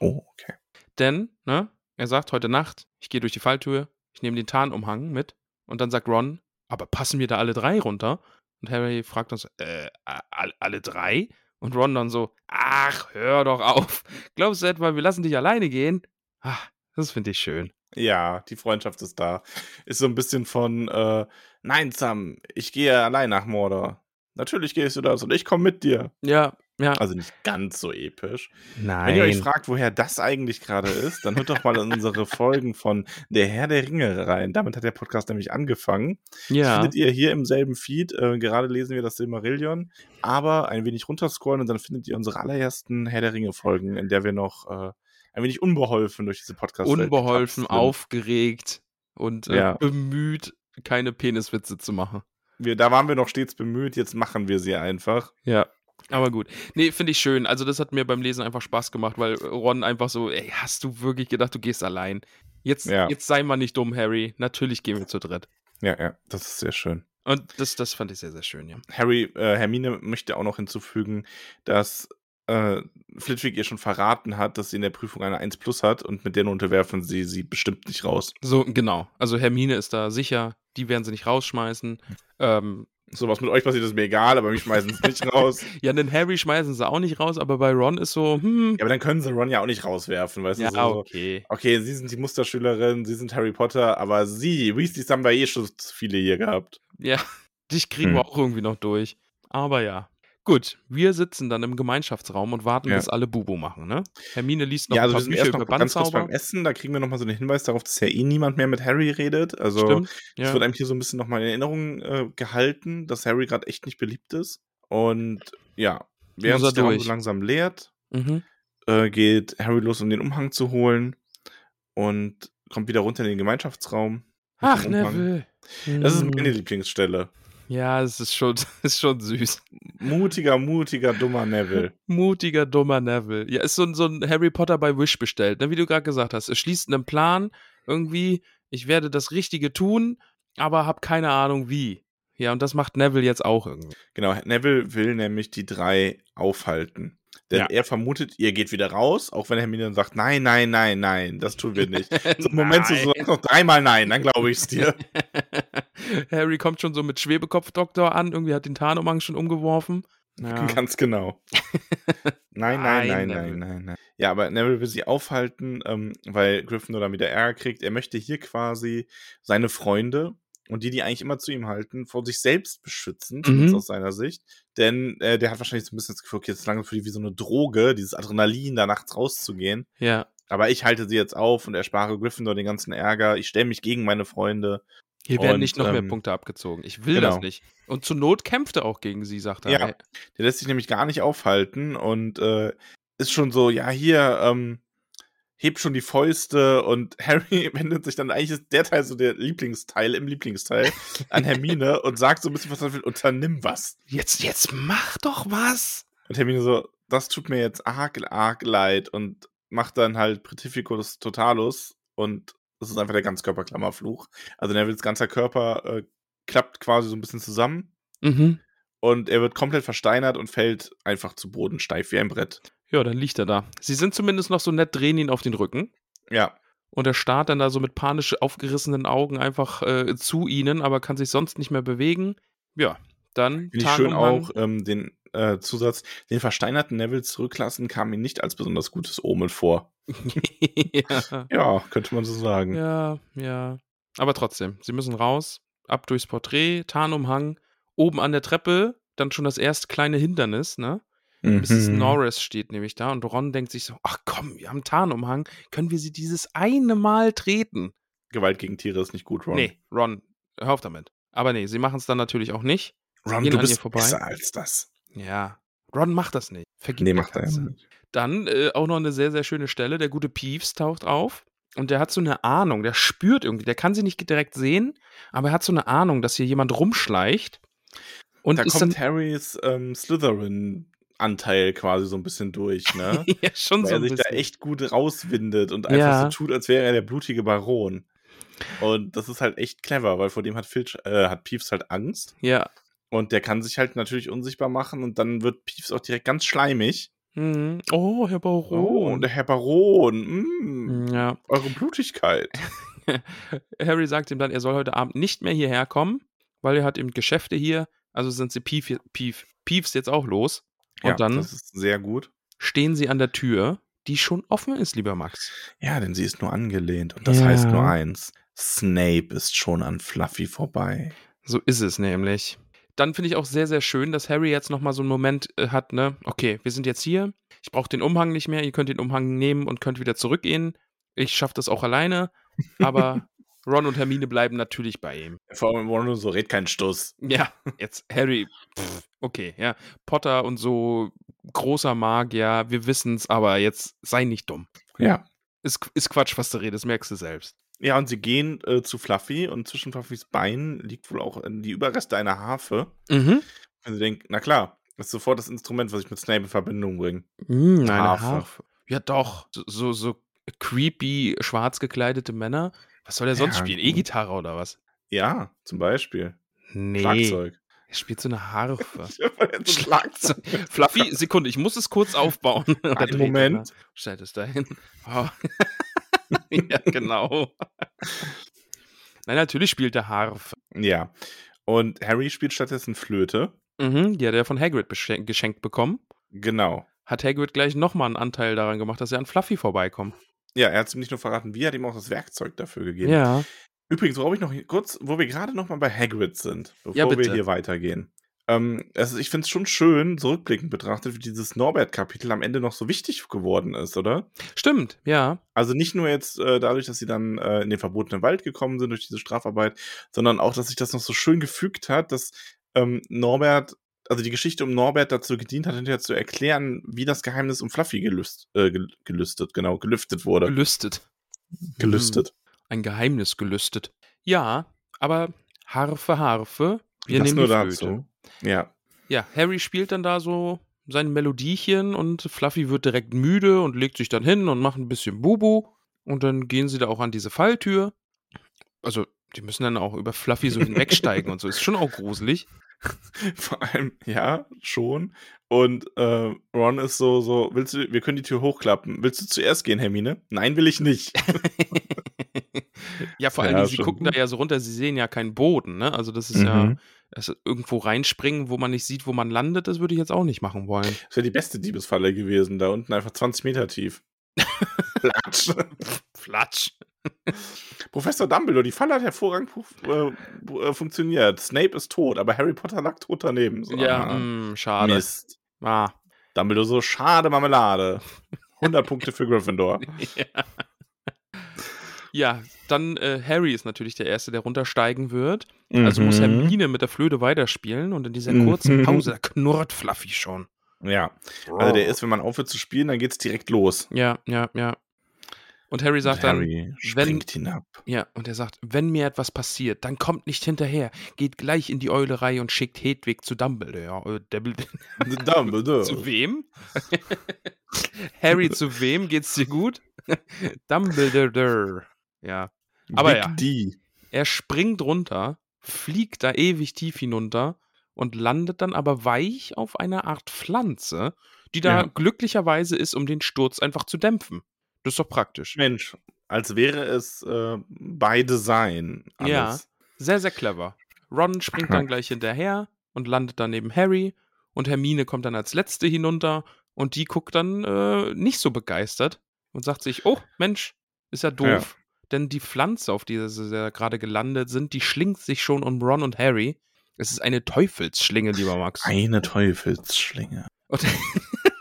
Oh, okay.
Denn, ne, er sagt heute Nacht, ich gehe durch die Falltür, ich nehme den Tarnumhang mit und dann sagt Ron, aber passen wir da alle drei runter? Und Harry fragt uns, äh, all- alle drei? Und Ron dann so, ach, hör doch auf. Glaubst du etwa, wir lassen dich alleine gehen? Ah, das finde ich schön.
Ja, die Freundschaft ist da. Ist so ein bisschen von, äh, nein, Sam, ich gehe allein nach Mordor. Natürlich gehst du das und ich komme mit dir.
Ja, ja.
Also nicht ganz so episch.
Nein.
Wenn ihr euch fragt, woher das eigentlich gerade ist, dann hört doch mal in unsere Folgen von Der Herr der Ringe rein. Damit hat der Podcast nämlich angefangen. Das
ja.
Findet ihr hier im selben Feed. Äh, gerade lesen wir das Silmarillion. Aber ein wenig runterscrollen und dann findet ihr unsere allerersten Herr der Ringe-Folgen, in der wir noch äh, ein wenig unbeholfen durch diese podcast
Unbeholfen, aufgeregt und äh,
äh, Ja.
bemüht, keine Peniswitze zu machen.
Wir, da waren wir noch stets bemüht. Jetzt machen wir sie einfach.
Ja. Aber gut. Nee, finde ich schön. Also, das hat mir beim Lesen einfach Spaß gemacht, weil Ron einfach so, ey, hast du wirklich gedacht, du gehst allein? Jetzt,
Ja.
jetzt sei mal nicht dumm, Harry. Natürlich gehen wir zu dritt.
Ja, ja, das ist sehr schön.
Und das, das fand ich sehr, sehr schön, ja.
Harry, äh, Hermine möchte auch noch hinzufügen, dass äh, Flitwick ihr schon verraten hat, dass sie in der Prüfung eine 1 plus hat und mit der Note werfen sie sie bestimmt nicht raus.
So, genau. Also, Hermine ist da sicher. Die werden sie nicht rausschmeißen. Ähm,
So was mit euch passiert ist mir egal, aber mich schmeißen sie nicht raus. Ja,
ja, den Harry schmeißen sie auch nicht raus, aber bei Ron ist so, hm.
aber dann können sie Ron ja auch nicht rauswerfen, weißt du? So, so,
okay.
okay, sie sind die Musterschülerin, sie sind Harry Potter, aber sie, Weasleys haben wir eh schon zu viele hier gehabt.
Ja, dich kriegen wir
Hm.
auch irgendwie noch durch. Aber ja. Gut, wir sitzen dann im Gemeinschaftsraum und warten,
Ja,
bis alle Bubu machen, ne? Hermine liest noch
ja, also
ein
wir
paar
sind
Bücher
erst
über
noch ganz kurz
Bandzauber.
beim Essen, da kriegen wir nochmal so den Hinweis darauf, dass ja eh niemand mehr mit Harry redet. Also
Stimmt.
Es
Ja.
wird einem hier so ein bisschen nochmal in Erinnerung äh, gehalten, dass Harry gerade echt nicht beliebt ist. Und ja, während
er
sich der Raum
durch.
so langsam leert,
Mhm.
äh, geht Harry los, um den Umhang zu holen und kommt wieder runter in den Gemeinschaftsraum. mit
Ach,
dem Umhang.
Neville.
Das ist
Hm.
meine Lieblingsstelle.
Ja, es ist schon, ist schon süß.
Mutiger, mutiger, dummer Neville.
Mutiger, dummer Neville. Ja, ist so, ein- so ein Harry Potter bei Wish bestellt, ne? wie du gerade gesagt hast. Er schließt einen Plan, irgendwie, ich werde das Richtige tun, aber habe keine Ahnung wie. Ja, und das macht Neville jetzt auch irgendwie.
Genau, Neville will nämlich die drei aufhalten. Denn
Ja.
er vermutet, ihr geht wieder raus, auch wenn Hermine dann sagt, nein, nein, nein, nein, das tun wir nicht. So, Moment, du sagst noch dreimal nein, dann glaube ich es dir.
Harry kommt schon so mit Schwebekopfdoktor an, irgendwie hat den Tarnumhang schon umgeworfen. Ja.
Ganz genau. nein, nein,
Nein,
nein,
Neville.
nein, nein, nein. Ja, aber Neville will sie aufhalten, ähm, weil Gryffindor dann wieder Ärger kriegt. Er möchte hier quasi seine Freunde und die, die eigentlich immer zu ihm halten, vor sich selbst beschützen, zumindest
Mhm.
aus seiner Sicht. Denn äh, der hat wahrscheinlich so ein bisschen das Gefühl, okay, jetzt ist langsam für die wie so eine Droge, dieses Adrenalin, da nachts rauszugehen.
ja.
Aber ich halte sie jetzt auf und erspare Gryffindor den ganzen Ärger. Ich stelle mich gegen meine Freunde.
Hier werden
Und,
nicht noch mehr
ähm,
Punkte abgezogen. Ich will das
genau.
nicht. Und zur Not kämpft er auch gegen sie, sagt er.
Ja.
Ey,
Der lässt sich nämlich gar nicht aufhalten und äh, ist schon so, ja, hier, ähm, hebt schon die Fäuste und Harry wendet sich dann, eigentlich ist der Teil so der Lieblingsteil im Lieblingsteil an Hermine und sagt so ein bisschen verzweifelt, unternimm was.
Jetzt, jetzt mach doch was.
Und Hermine so, das tut mir jetzt arg, arg leid und macht dann halt Pretificus Totalus und das ist einfach der Ganzkörperklammerfluch. Also Neville's ganzer Körper äh, klappt quasi so ein bisschen zusammen
Mhm.
und er wird komplett versteinert und fällt einfach zu Boden steif wie ein Brett.
Ja, dann liegt er da. Sie sind zumindest noch so nett, drehen ihn auf den Rücken.
Ja,
Und er starrt dann da so mit panisch aufgerissenen Augen einfach äh, zu ihnen, aber kann sich sonst nicht mehr bewegen. Ja, dann
Finde ich schön
Tarnumhang.
auch ähm, den äh, Zusatz, den versteinerten Neville zurücklassen, kam ihm nicht als besonders gutes Omen vor.
ja.
Ja, könnte man so sagen.
ja, ja. Aber trotzdem, sie müssen raus, ab durchs Porträt, Tarnumhang, oben an der Treppe, dann schon das erste kleine Hindernis, ne?
Mhm.
Mrs. Norris steht nämlich da und Ron denkt sich so: Ach komm, wir haben Tarnumhang, können wir sie dieses eine Mal treten?
Gewalt gegen Tiere ist nicht gut, Ron.
Nee, Ron, hör auf damit. Aber nee, sie machen es dann natürlich auch nicht.
Ron,
gehen
du
an ihr
bist
vorbei.
besser als das.
Ja, Ron macht das nicht. Vergibt
Nee,
der
macht er ja
Katze.
nicht.
Dann äh, auch noch eine sehr, sehr schöne Stelle. Der gute Peeves taucht auf und der hat so eine Ahnung, der spürt irgendwie, der kann sie nicht direkt sehen, aber er hat so eine Ahnung, dass hier jemand rumschleicht. Und
Da
ist
kommt
dann
Harrys ähm, Slytherin-Anteil quasi so ein bisschen durch, ne?
ja, schon
Weil
so
er
ein
sich
bisschen.
da echt gut rauswindet und einfach
Ja.
so tut, als wäre er der blutige Baron. Und das ist halt echt clever, weil vor dem hat Filch, äh, hat Peeves halt Angst.
ja.
Und der kann sich halt natürlich unsichtbar machen und dann wird Peeves auch direkt ganz schleimig.
Mhm. Oh, Herr
Oh,
Baron. Mhm,
und der Herr Baron, mh,
ja.
eure Blutigkeit.
Harry sagt ihm dann, er soll heute Abend nicht mehr hierher kommen, weil er hat eben Geschäfte hier. Also sind sie Peef, Peef, Peeves jetzt auch los. Und dann
Das ist sehr gut.
stehen sie an der Tür, die schon offen ist, lieber Max.
Ja, denn sie ist nur angelehnt. Und das
Ja.
heißt nur eins. Snape ist schon an Fluffy vorbei.
So ist es nämlich. Dann finde ich auch sehr, sehr schön, dass Harry jetzt nochmal so einen Moment äh, hat, ne? Okay, wir sind jetzt hier. Ich brauche den Umhang nicht mehr. Ihr könnt den Umhang nehmen und könnt wieder zurückgehen. Ich schaffe das auch alleine. Aber Ron und Hermine bleiben natürlich bei ihm.
Vor allem Ron so, red keinen Stuss.
Ja, jetzt Harry. Pff, okay, ja. Potter und so, großer Magier, wir wissen's, aber jetzt sei nicht dumm.
Ja.
Ist, ist Quatsch, was du redest, merkst du selbst.
Ja, und sie gehen äh, zu Fluffy und zwischen Fluffys Beinen liegt wohl auch äh, die Überreste einer Harfe.
Mhm.
Und sie denkt, na klar, das ist sofort das Instrument, was ich mit Snape in Verbindung bringe.
Mm, eine
Harfe.
Harfe. Ja, doch. So, so, so creepy, schwarz gekleidete Männer. Was soll der sonst
Ja,
spielen?
gut.
E-Gitarre oder was?
Ja, zum Beispiel.
Nee.
Schlagzeug.
Er spielt so eine Harfe.
Schlagzeug.
Schlagzeug. Fluffy, Sekunde, ich muss es kurz aufbauen. Oder
Einen
dreht
Moment.
er. Stellt es dahin. Oh. ja, genau. Nein, natürlich spielt der Harf.
Ja. Und Harry spielt stattdessen Flöte.
Mhm, die hat er von Hagrid beschen- geschenkt bekommen.
Genau.
Hat Hagrid gleich nochmal einen Anteil daran gemacht, dass er an Fluffy vorbeikommt.
Ja, er hat es ihm nicht nur verraten, wie er hat ihm auch das Werkzeug dafür gegeben.
Ja.
Übrigens, worauf ich noch hi- kurz, wo wir gerade noch mal bei Hagrid sind, bevor
Ja, bitte.
wir hier weitergehen. Ähm, also ich finde es schon schön, zurückblickend betrachtet, wie dieses Norbert-Kapitel am Ende noch so wichtig geworden ist, oder?
Stimmt, ja.
Also nicht nur jetzt äh, dadurch, dass sie dann äh, in den verbotenen Wald gekommen sind durch diese Strafarbeit, sondern auch, dass sich das noch so schön gefügt hat, dass ähm, Norbert, also die Geschichte um Norbert dazu gedient hat, hinterher zu erklären, wie das Geheimnis um Fluffy gelüst, äh, gel- gelüstet, genau, gelüftet
Mhm.
wurde.
Gelüstet.
Gelüstet.
Ein Geheimnis gelüstet. Ja, aber Harfe, Harfe. Wir
das
nehmen
nur
die Flöte.
dazu. Ja.
Ja, Harry spielt dann da so sein Melodiechen und Fluffy wird direkt müde und legt sich dann hin und macht ein bisschen Bubu. Und dann gehen sie da auch an diese Falltür. Also, die müssen dann auch über Fluffy so hinwegsteigen und so. Ist schon auch gruselig.
Vor allem, ja, schon. Und äh, Ron ist so, so, willst du, wir können die Tür hochklappen. Willst du zuerst gehen, Hermine? Nein, will ich nicht.
Ja, vor
Ja,
allen Dingen, sie
schon.
gucken da ja so runter, sie sehen ja keinen Boden, ne? Also, das ist ja,
Mhm.
das ist irgendwo reinspringen, wo man nicht sieht, wo man landet, das würde ich jetzt auch nicht machen wollen.
Das wäre die beste Diebesfalle gewesen, da unten einfach 20 Meter tief. Platsch.
Flatsch.
Professor Dumbledore, die Falle hat hervorragend fu- äh, äh, funktioniert. Snape ist tot, aber Harry Potter lag tot daneben. So,
Ja,
ah,
mh, schade.
Mist.
Ah.
Dumbledore so, schade Marmelade. 100 Punkte für Gryffindor.
Ja. Ja, dann äh, Harry ist natürlich der Erste, der runtersteigen wird. Also muss Hermine mit der Flöte weiterspielen und in dieser kurzen
Mhm.
Pause da knurrt Fluffy schon.
Ja, also
Oh.
der ist, wenn man aufhört zu spielen, dann geht's direkt los.
Ja, ja, ja. Und Harry sagt dann,
Harry springt hinab.
ja, und er sagt, wenn mir etwas passiert, dann kommt nicht hinterher, geht gleich in die Eulerei und schickt Hedwig zu Dumbledore. Äh, Dumbledore.
Dumbledore.
Zu wem? Harry, zu wem geht's dir gut? Dumbledore. Ja. Aber
Big
ja.
D.
Er springt runter, fliegt da ewig tief hinunter und landet dann aber weich auf einer Art Pflanze, die da
Ja.
glücklicherweise ist, um den Sturz einfach zu dämpfen. Das ist doch praktisch.
Mensch, als wäre es äh, by Design.
Ja. Sehr, sehr clever. Ron springt
Ja.
dann gleich hinterher und landet dann neben Harry und Hermine kommt dann als letzte hinunter und die guckt dann äh, nicht so begeistert und sagt sich, oh Mensch, ist ja doof. Denn die Pflanze, auf die sie ja gerade gelandet sind, die schlingt sich schon um Ron und Harry. Es ist eine Teufelsschlinge, lieber Max.
Eine Teufelsschlinge.
Und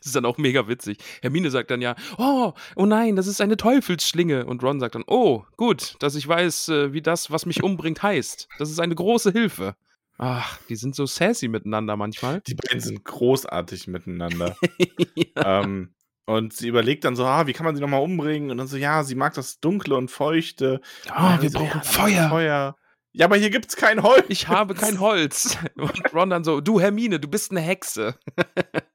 das ist dann auch mega witzig. Hermine sagt dann ja, oh, oh nein, das ist eine Teufelsschlinge. Und Ron sagt dann, oh, gut, dass ich weiß, äh, wie das, was mich umbringt, heißt. Das ist eine große Hilfe. Ach, die sind so sassy miteinander manchmal.
Die beiden sind großartig miteinander. ähm, und sie überlegt dann so, ah, wie kann man sie nochmal umbringen? Und dann so, ja, sie mag das Dunkle und Feuchte.
Ah,
Und sie so, ja, Feuer. Ja, aber hier gibt's kein Holz.
Ich habe kein Holz. Und Ron dann so, du Hermine, du bist eine Hexe.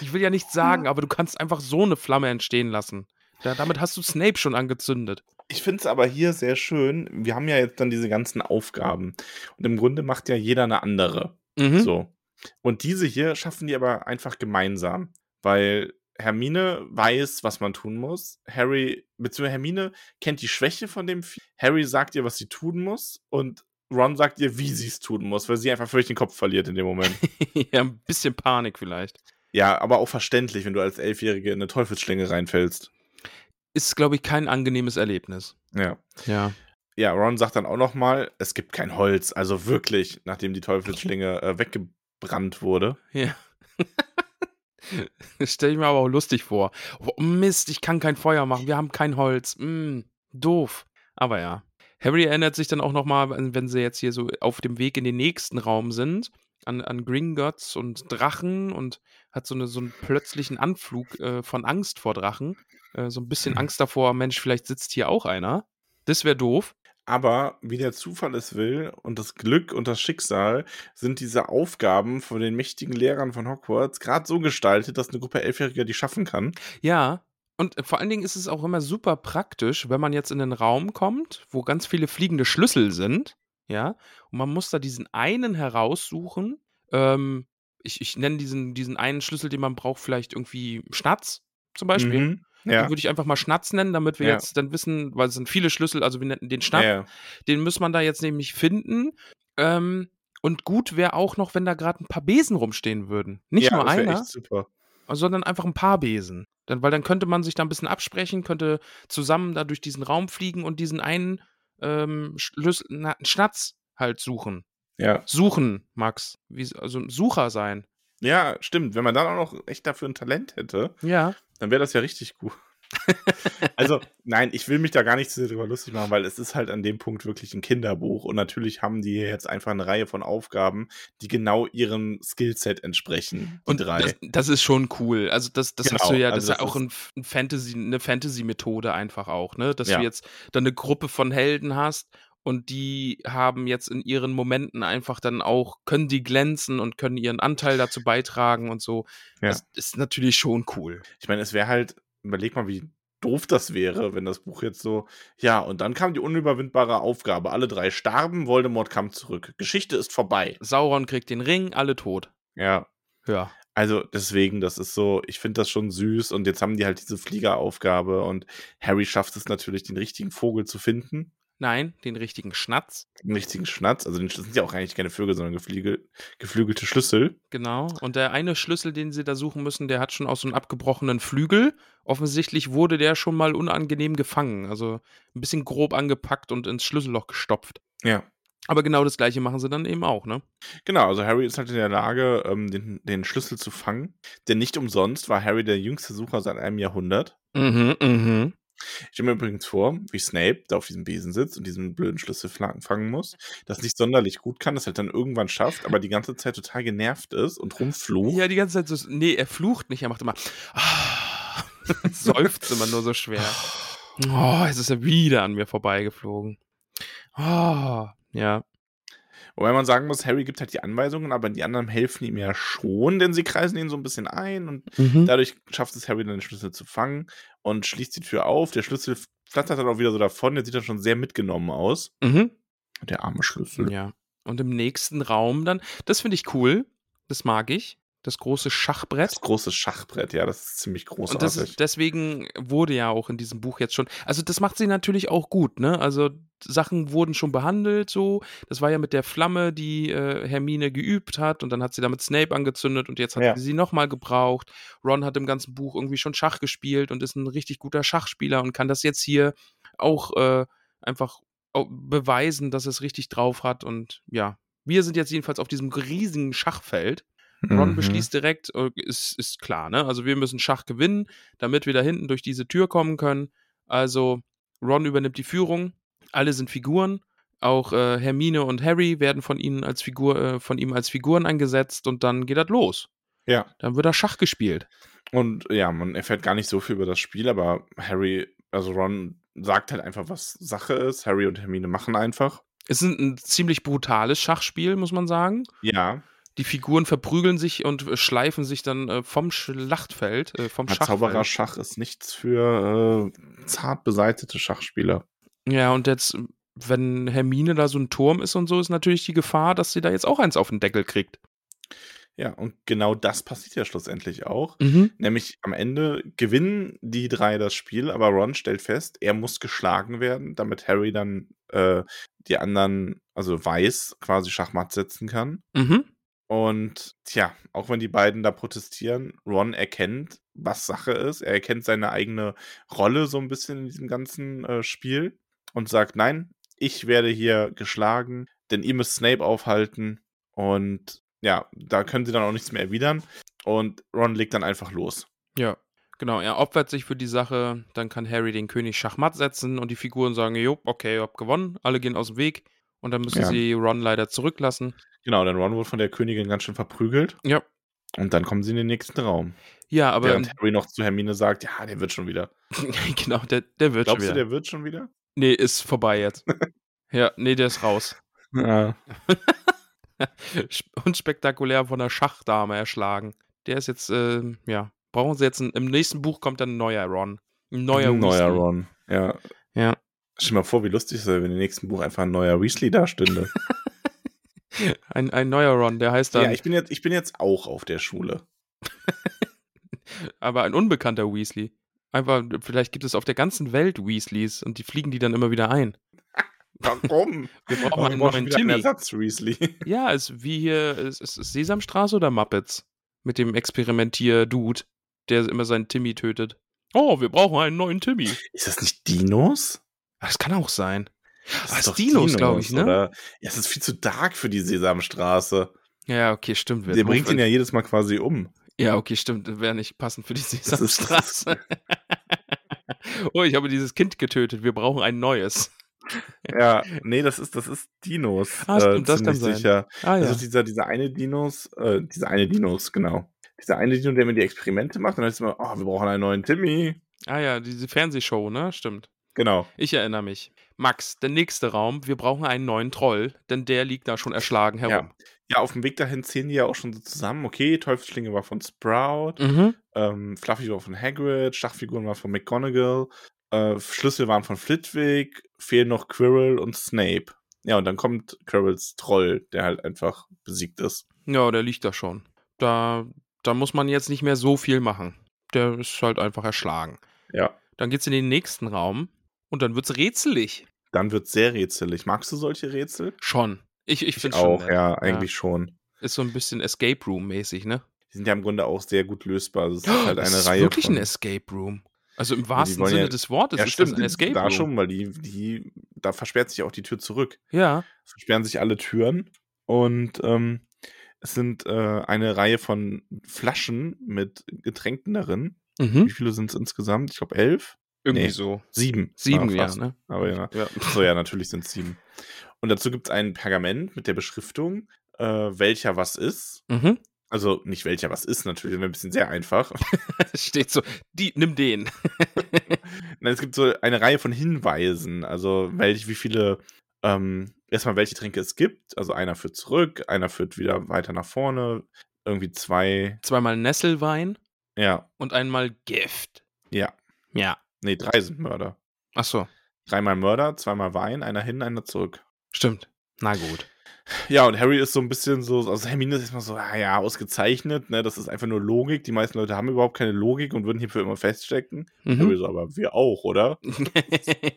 Ich will ja nichts sagen, aber du kannst einfach so eine Flamme entstehen lassen. Da, damit hast du Snape schon angezündet.
Ich finde es aber hier sehr schön. Wir haben ja jetzt dann diese ganzen Aufgaben. Und im Grunde macht ja jeder eine andere.
Mhm.
So. Und diese hier schaffen die aber einfach gemeinsam. Weil Hermine weiß, was man tun muss. Harry, beziehungsweise Hermine kennt die Schwäche von dem Vieh. Harry sagt ihr, was sie tun muss. Und Ron sagt ihr, wie sie es tun muss, weil sie einfach völlig den Kopf verliert in dem Moment.
ja, ein bisschen Panik vielleicht.
ja, aber auch verständlich, wenn du als Elfjährige in eine Teufelsschlinge reinfällst.
Ist, glaube ich, kein angenehmes Erlebnis.
Ja.
Ja.
Ja, Ron sagt dann auch nochmal, es gibt kein Holz. Also wirklich, nachdem die Teufelsschlinge äh, weggebrannt wurde.
Ja. Das stelle ich mir aber auch lustig vor. Oh, Mist, ich kann kein Feuer machen, wir haben kein Holz. Mm, doof. Aber ja. Harry erinnert sich dann auch nochmal, wenn sie jetzt hier so auf dem Weg in den nächsten Raum sind, an, an Gringotts und Drachen und hat so, eine, so einen plötzlichen Anflug äh, von Angst vor Drachen. Äh, so ein bisschen Angst davor, Mensch, vielleicht sitzt hier auch einer. Das wäre doof.
Aber wie der Zufall es will und das Glück und das Schicksal sind diese Aufgaben von den mächtigen Lehrern von Hogwarts gerade so gestaltet, dass eine Gruppe Elfjähriger die schaffen kann.
Ja, und äh, vor allen Dingen ist es auch immer super praktisch, wenn man jetzt in den Raum kommt, wo ganz viele fliegende Schlüssel sind, ja, und man muss da diesen einen heraussuchen. Ähm, ich ich nenne diesen, diesen einen Schlüssel, den man braucht, vielleicht irgendwie Schnatz zum Beispiel.
Mhm.
Den
Ja.
würde ich einfach mal Schnatz nennen, damit wir
Ja.
jetzt dann wissen, weil es sind viele Schlüssel, also wir nennen den
Ja,
Schnatz,
ja.
den muss man da jetzt nämlich finden. Ähm, und gut wäre auch noch, wenn da gerade ein paar Besen rumstehen würden. Nicht
ja,
nur
das wär
einer,
Echt super.
sondern einfach ein paar Besen. Dann, weil dann könnte man sich da ein bisschen absprechen, könnte zusammen da durch diesen Raum fliegen und diesen einen ähm, Schlüssel, na, Schnatz halt suchen.
Ja.
Suchen, Max. Wie, also ein Sucher sein.
ja, stimmt. Wenn man dann auch noch echt dafür ein Talent hätte,
Ja.
dann wäre das ja richtig gut. also, nein, ich will mich da gar nicht zu sehr drüber lustig machen, weil es ist halt an dem Punkt wirklich ein Kinderbuch. Und natürlich haben die jetzt einfach eine Reihe von Aufgaben, die genau ihrem Skillset entsprechen. Die
Und
drei.
Das, das ist schon cool. Also das, das
Genau,
hast du ja, das
also
ist ja
das
auch ein F- ein Fantasy, eine Fantasy-Methode einfach auch, ne? Dass
Ja.
du jetzt dann eine Gruppe von Helden hast und die haben jetzt in ihren Momenten einfach dann auch, können die glänzen und können ihren Anteil dazu beitragen und so.
Ja.
Das ist natürlich schon cool.
ich meine, es wäre halt, überleg mal, wie doof das wäre, wenn das Buch jetzt so, ja, und dann kam die unüberwindbare Aufgabe. Alle drei starben, Voldemort kam zurück. Geschichte ist vorbei.
Sauron kriegt den Ring, alle tot.
Ja.
Ja.
Also deswegen, das ist so, ich finde das schon süß und jetzt haben die halt diese Fliegeraufgabe und Harry schafft es natürlich, den richtigen Vogel zu finden.
Nein, den richtigen Schnatz.
einen richtigen Schnatz. Also den- das sind ja auch eigentlich keine Vögel, sondern geflügel, geflügelte Schlüssel.
Genau. Und der eine Schlüssel, den sie da suchen müssen, der hat schon aus so einem abgebrochenen Flügel. Offensichtlich wurde der schon mal unangenehm gefangen. Also ein bisschen grob angepackt und ins Schlüsselloch gestopft.
Ja.
Aber genau das gleiche machen sie dann eben auch, ne?
Genau, also Harry ist halt in der Lage, ähm, den, den Schlüssel zu fangen. Denn nicht umsonst war Harry der jüngste Sucher seit einem Jahrhundert.
Mhm, mhm.
Ich stelle mir übrigens vor, wie Snape da auf diesem Besen sitzt und diesen blöden Schlüssel fla- fangen muss, das nicht sonderlich gut kann, das halt dann irgendwann schafft, aber die ganze Zeit total genervt ist und rumflucht.
Ja, die ganze Zeit so. Nee, er flucht nicht, er macht immer. seufzt immer nur so schwer. Oh, es ist ja wieder an mir vorbeigeflogen. Oh, ja.
Wobei man sagen muss, Harry gibt halt die Anweisungen, aber die anderen helfen ihm ja schon, denn sie kreisen ihn so ein bisschen ein und
Mhm.
Dadurch schafft es Harry dann den Schlüssel zu fangen und schließt die Tür auf. Der Schlüssel flattert dann auch wieder so davon. Der sieht dann schon sehr mitgenommen aus.
mhm.
Der arme Schlüssel.
Ja. Und im nächsten Raum dann, das finde ich cool, das mag ich. das große Schachbrett.
Das große Schachbrett, ja, das ist ziemlich großartig.
Und das ist, deswegen wurde ja auch in diesem Buch jetzt schon, also das macht sie natürlich auch gut, ne? Also Sachen wurden schon behandelt so. Das war ja mit der Flamme, die äh, Hermine geübt hat und dann hat sie damit Snape angezündet und jetzt hat
Ja.
sie sie nochmal gebraucht. Ron hat im ganzen Buch irgendwie schon Schach gespielt und ist ein richtig guter Schachspieler und kann das jetzt hier auch äh, einfach au- beweisen, dass es richtig drauf hat und ja. Wir sind jetzt jedenfalls auf diesem riesigen Schachfeld Ron
Mhm.
beschließt direkt, äh, ist, ist klar, ne? Also wir müssen Schach gewinnen, damit wir da hinten durch diese Tür kommen können. Also Ron übernimmt die Führung, alle sind Figuren. Auch äh, Hermine und Harry werden von ihnen als Figur, äh, von ihm als Figuren eingesetzt und dann geht das los.
Ja.
Dann wird da Schach gespielt.
Und ja, man erfährt gar nicht so viel über das Spiel, aber Harry, also Ron sagt halt einfach, was Sache ist. Harry und Hermine machen einfach.
Es ist ein, ein ziemlich brutales Schachspiel, muss man sagen.
Ja,
Die Figuren verprügeln sich und äh, schleifen sich dann äh, vom Schlachtfeld, äh, vom
aber Zauberer
Schachfeld.
Schach ist nichts für äh, zart beseitete Schachspieler.
Ja, und jetzt, wenn Hermine da so ein Turm ist und so, ist natürlich die Gefahr, dass sie da jetzt auch eins auf den Deckel kriegt.
Ja, und genau das passiert ja schlussendlich auch.
Mhm.
Nämlich am Ende gewinnen die drei das Spiel, aber Ron stellt fest, er muss geschlagen werden, damit Harry dann äh, die anderen, also weiß, quasi Schachmatt setzen kann.
Mhm.
Und tja, auch wenn die beiden da protestieren, Ron erkennt, was Sache ist. Er erkennt seine eigene Rolle so ein bisschen in diesem ganzen äh, Spiel und sagt, nein, ich werde hier geschlagen, denn ihr müsst Snape aufhalten. Und ja, da können sie dann auch nichts mehr erwidern. Und Ron legt dann einfach los.
Ja. Genau, er opfert sich für die Sache, dann kann Harry den König Schachmatt setzen und die Figuren sagen, jo, okay, ihr habt gewonnen, alle gehen aus dem Weg und dann müssen
Ja.
sie Ron leider zurücklassen.
Genau, denn Ron wurde von der Königin ganz schön verprügelt.
Ja.
Und dann kommen sie in den nächsten Raum.
Ja, aber
während Harry noch zu Hermine sagt, ja, der wird schon wieder.
genau, der, der wird
Glaubst du,
schon wieder.
der wird schon wieder?
nee, ist vorbei jetzt. ja, nee, der ist raus.
Ja.
Unspektakulär von der Schachdame erschlagen. Der ist jetzt, ähm, ja, brauchen sie jetzt, einen, im nächsten Buch kommt dann ein neuer Ron. Ein neuer,
Ein neuer
Weasley.
Ron. Ja.
Ja.
Stell dir mal vor, wie lustig es wäre, wenn im nächsten Buch einfach ein neuer Weasley da stünde.
Ein, ein neuer Ron, der heißt dann,
ja, ich bin, jetzt, ich bin jetzt auch auf der Schule.
aber ein unbekannter Weasley. Einfach, vielleicht gibt es auf der ganzen Welt Weasleys und die fliegen die dann immer wieder ein.
Warum?
Wir brauchen
Warum
einen
brauchst du
neuen
wieder einen
Timmy.
Ersatz Weasley?
Ja, ist wie hier, ist, ist, ist Sesamstraße oder Muppets? Mit dem Experimentier-Dude, der immer seinen Timmy tötet. Oh, wir brauchen einen neuen Timmy.
Ist das nicht Dinos?
Ah, Das kann auch sein.
Das
Ah,
ist
ist
doch
Dinos, glaub ich, ne?
Oder? Ja, es ist viel zu dark für die Sesamstraße.
Ja, okay, stimmt.
Der bringt ihn ja jedes Mal quasi um.
Ja, okay, stimmt. Wäre nicht passend für die
Das ist-
Sesamstraße. oh, ich habe dieses Kind getötet. Wir brauchen ein neues.
Ja, nee, das ist, das ist Dinos. äh,
Ah, stimmt, das
ziemlich
kann sein.
Sicher.
Ah, ja.
Also dieser, dieser eine Dinos, äh, dieser eine Dinos, genau. Dieser eine Dino, der mir die Experimente macht, und dann ist immer, oh, wir brauchen einen neuen Timmy.
ah, ja, diese Fernsehshow, ne? Stimmt.
Genau.
Ich erinnere mich. Max, der nächste Raum. Wir brauchen einen neuen Troll, denn der liegt da schon erschlagen herum.
Ja, auf dem Weg dahin zählen die ja auch schon so zusammen. Okay, Teufelsschlinge war von Sprout,
Mhm.
ähm, Fluffy war von Hagrid, Schachfiguren war von McGonagall, äh, Schlüssel waren von Flitwick, fehlen noch Quirrell und Snape. Ja, und dann kommt Quirrells Troll, der halt einfach besiegt ist.
Ja, der liegt da schon. Da, da muss man jetzt nicht mehr so viel machen. Der ist halt einfach erschlagen.
Ja,
Dann geht's in den nächsten Raum und dann wird's rätselig.
dann wird sehr rätselig. Magst du solche Rätsel?
Schon. Ich, ich finde
auch,
schon. nett.
ja, eigentlich schon.
Ist so ein bisschen Escape Room-mäßig, ne?
Die sind ja im Grunde auch sehr gut lösbar. Also es ist halt eine
Oh, das ist
Reihe.
wirklich
von,
ein Escape Room. Also im
die
wahrsten
wollen ja-
Sinne des Wortes
ja,
ist
stimmt,
das ein Escape
da
Room.
schon, weil die, die, da versperrt sich auch die Tür zurück.
Ja,
Es versperren sich alle Türen und ähm, es sind äh, eine Reihe von Flaschen mit Getränken darin. Wie
mhm.
viele sind es insgesamt? Ich glaube elf?
irgendwie
Nee.
so.
Sieben.
Sieben,
Ah,
ja,
fast.
ne?
Aber ja.
Ja.
So ja, natürlich sind es sieben. Und dazu gibt es ein Pergament mit der Beschriftung, äh, welcher was ist.
Mhm.
Also nicht welcher was ist, natürlich, ein bisschen sehr einfach.
Steht so, die, nimm den.
Nein, es gibt so eine Reihe von Hinweisen, also welche, wie viele, ähm, erstmal welche Tränke es gibt. Also einer führt zurück, einer führt wieder weiter nach vorne, irgendwie zwei,
Zweimal Nesselwein
ja,
und einmal Gift.
ja,
Ja.
nee, drei sind Mörder.
Ach so,
Dreimal Mörder, zweimal Wein, einer hin, einer zurück.
stimmt. Na gut.
Ja, und Harry ist so ein bisschen so, also Hermine ist erstmal so, ah ja, ausgezeichnet, ne? Das ist einfach nur Logik. Die meisten Leute haben überhaupt keine Logik und würden hierfür immer feststecken.
Mhm.
Harry so, aber wir auch, oder?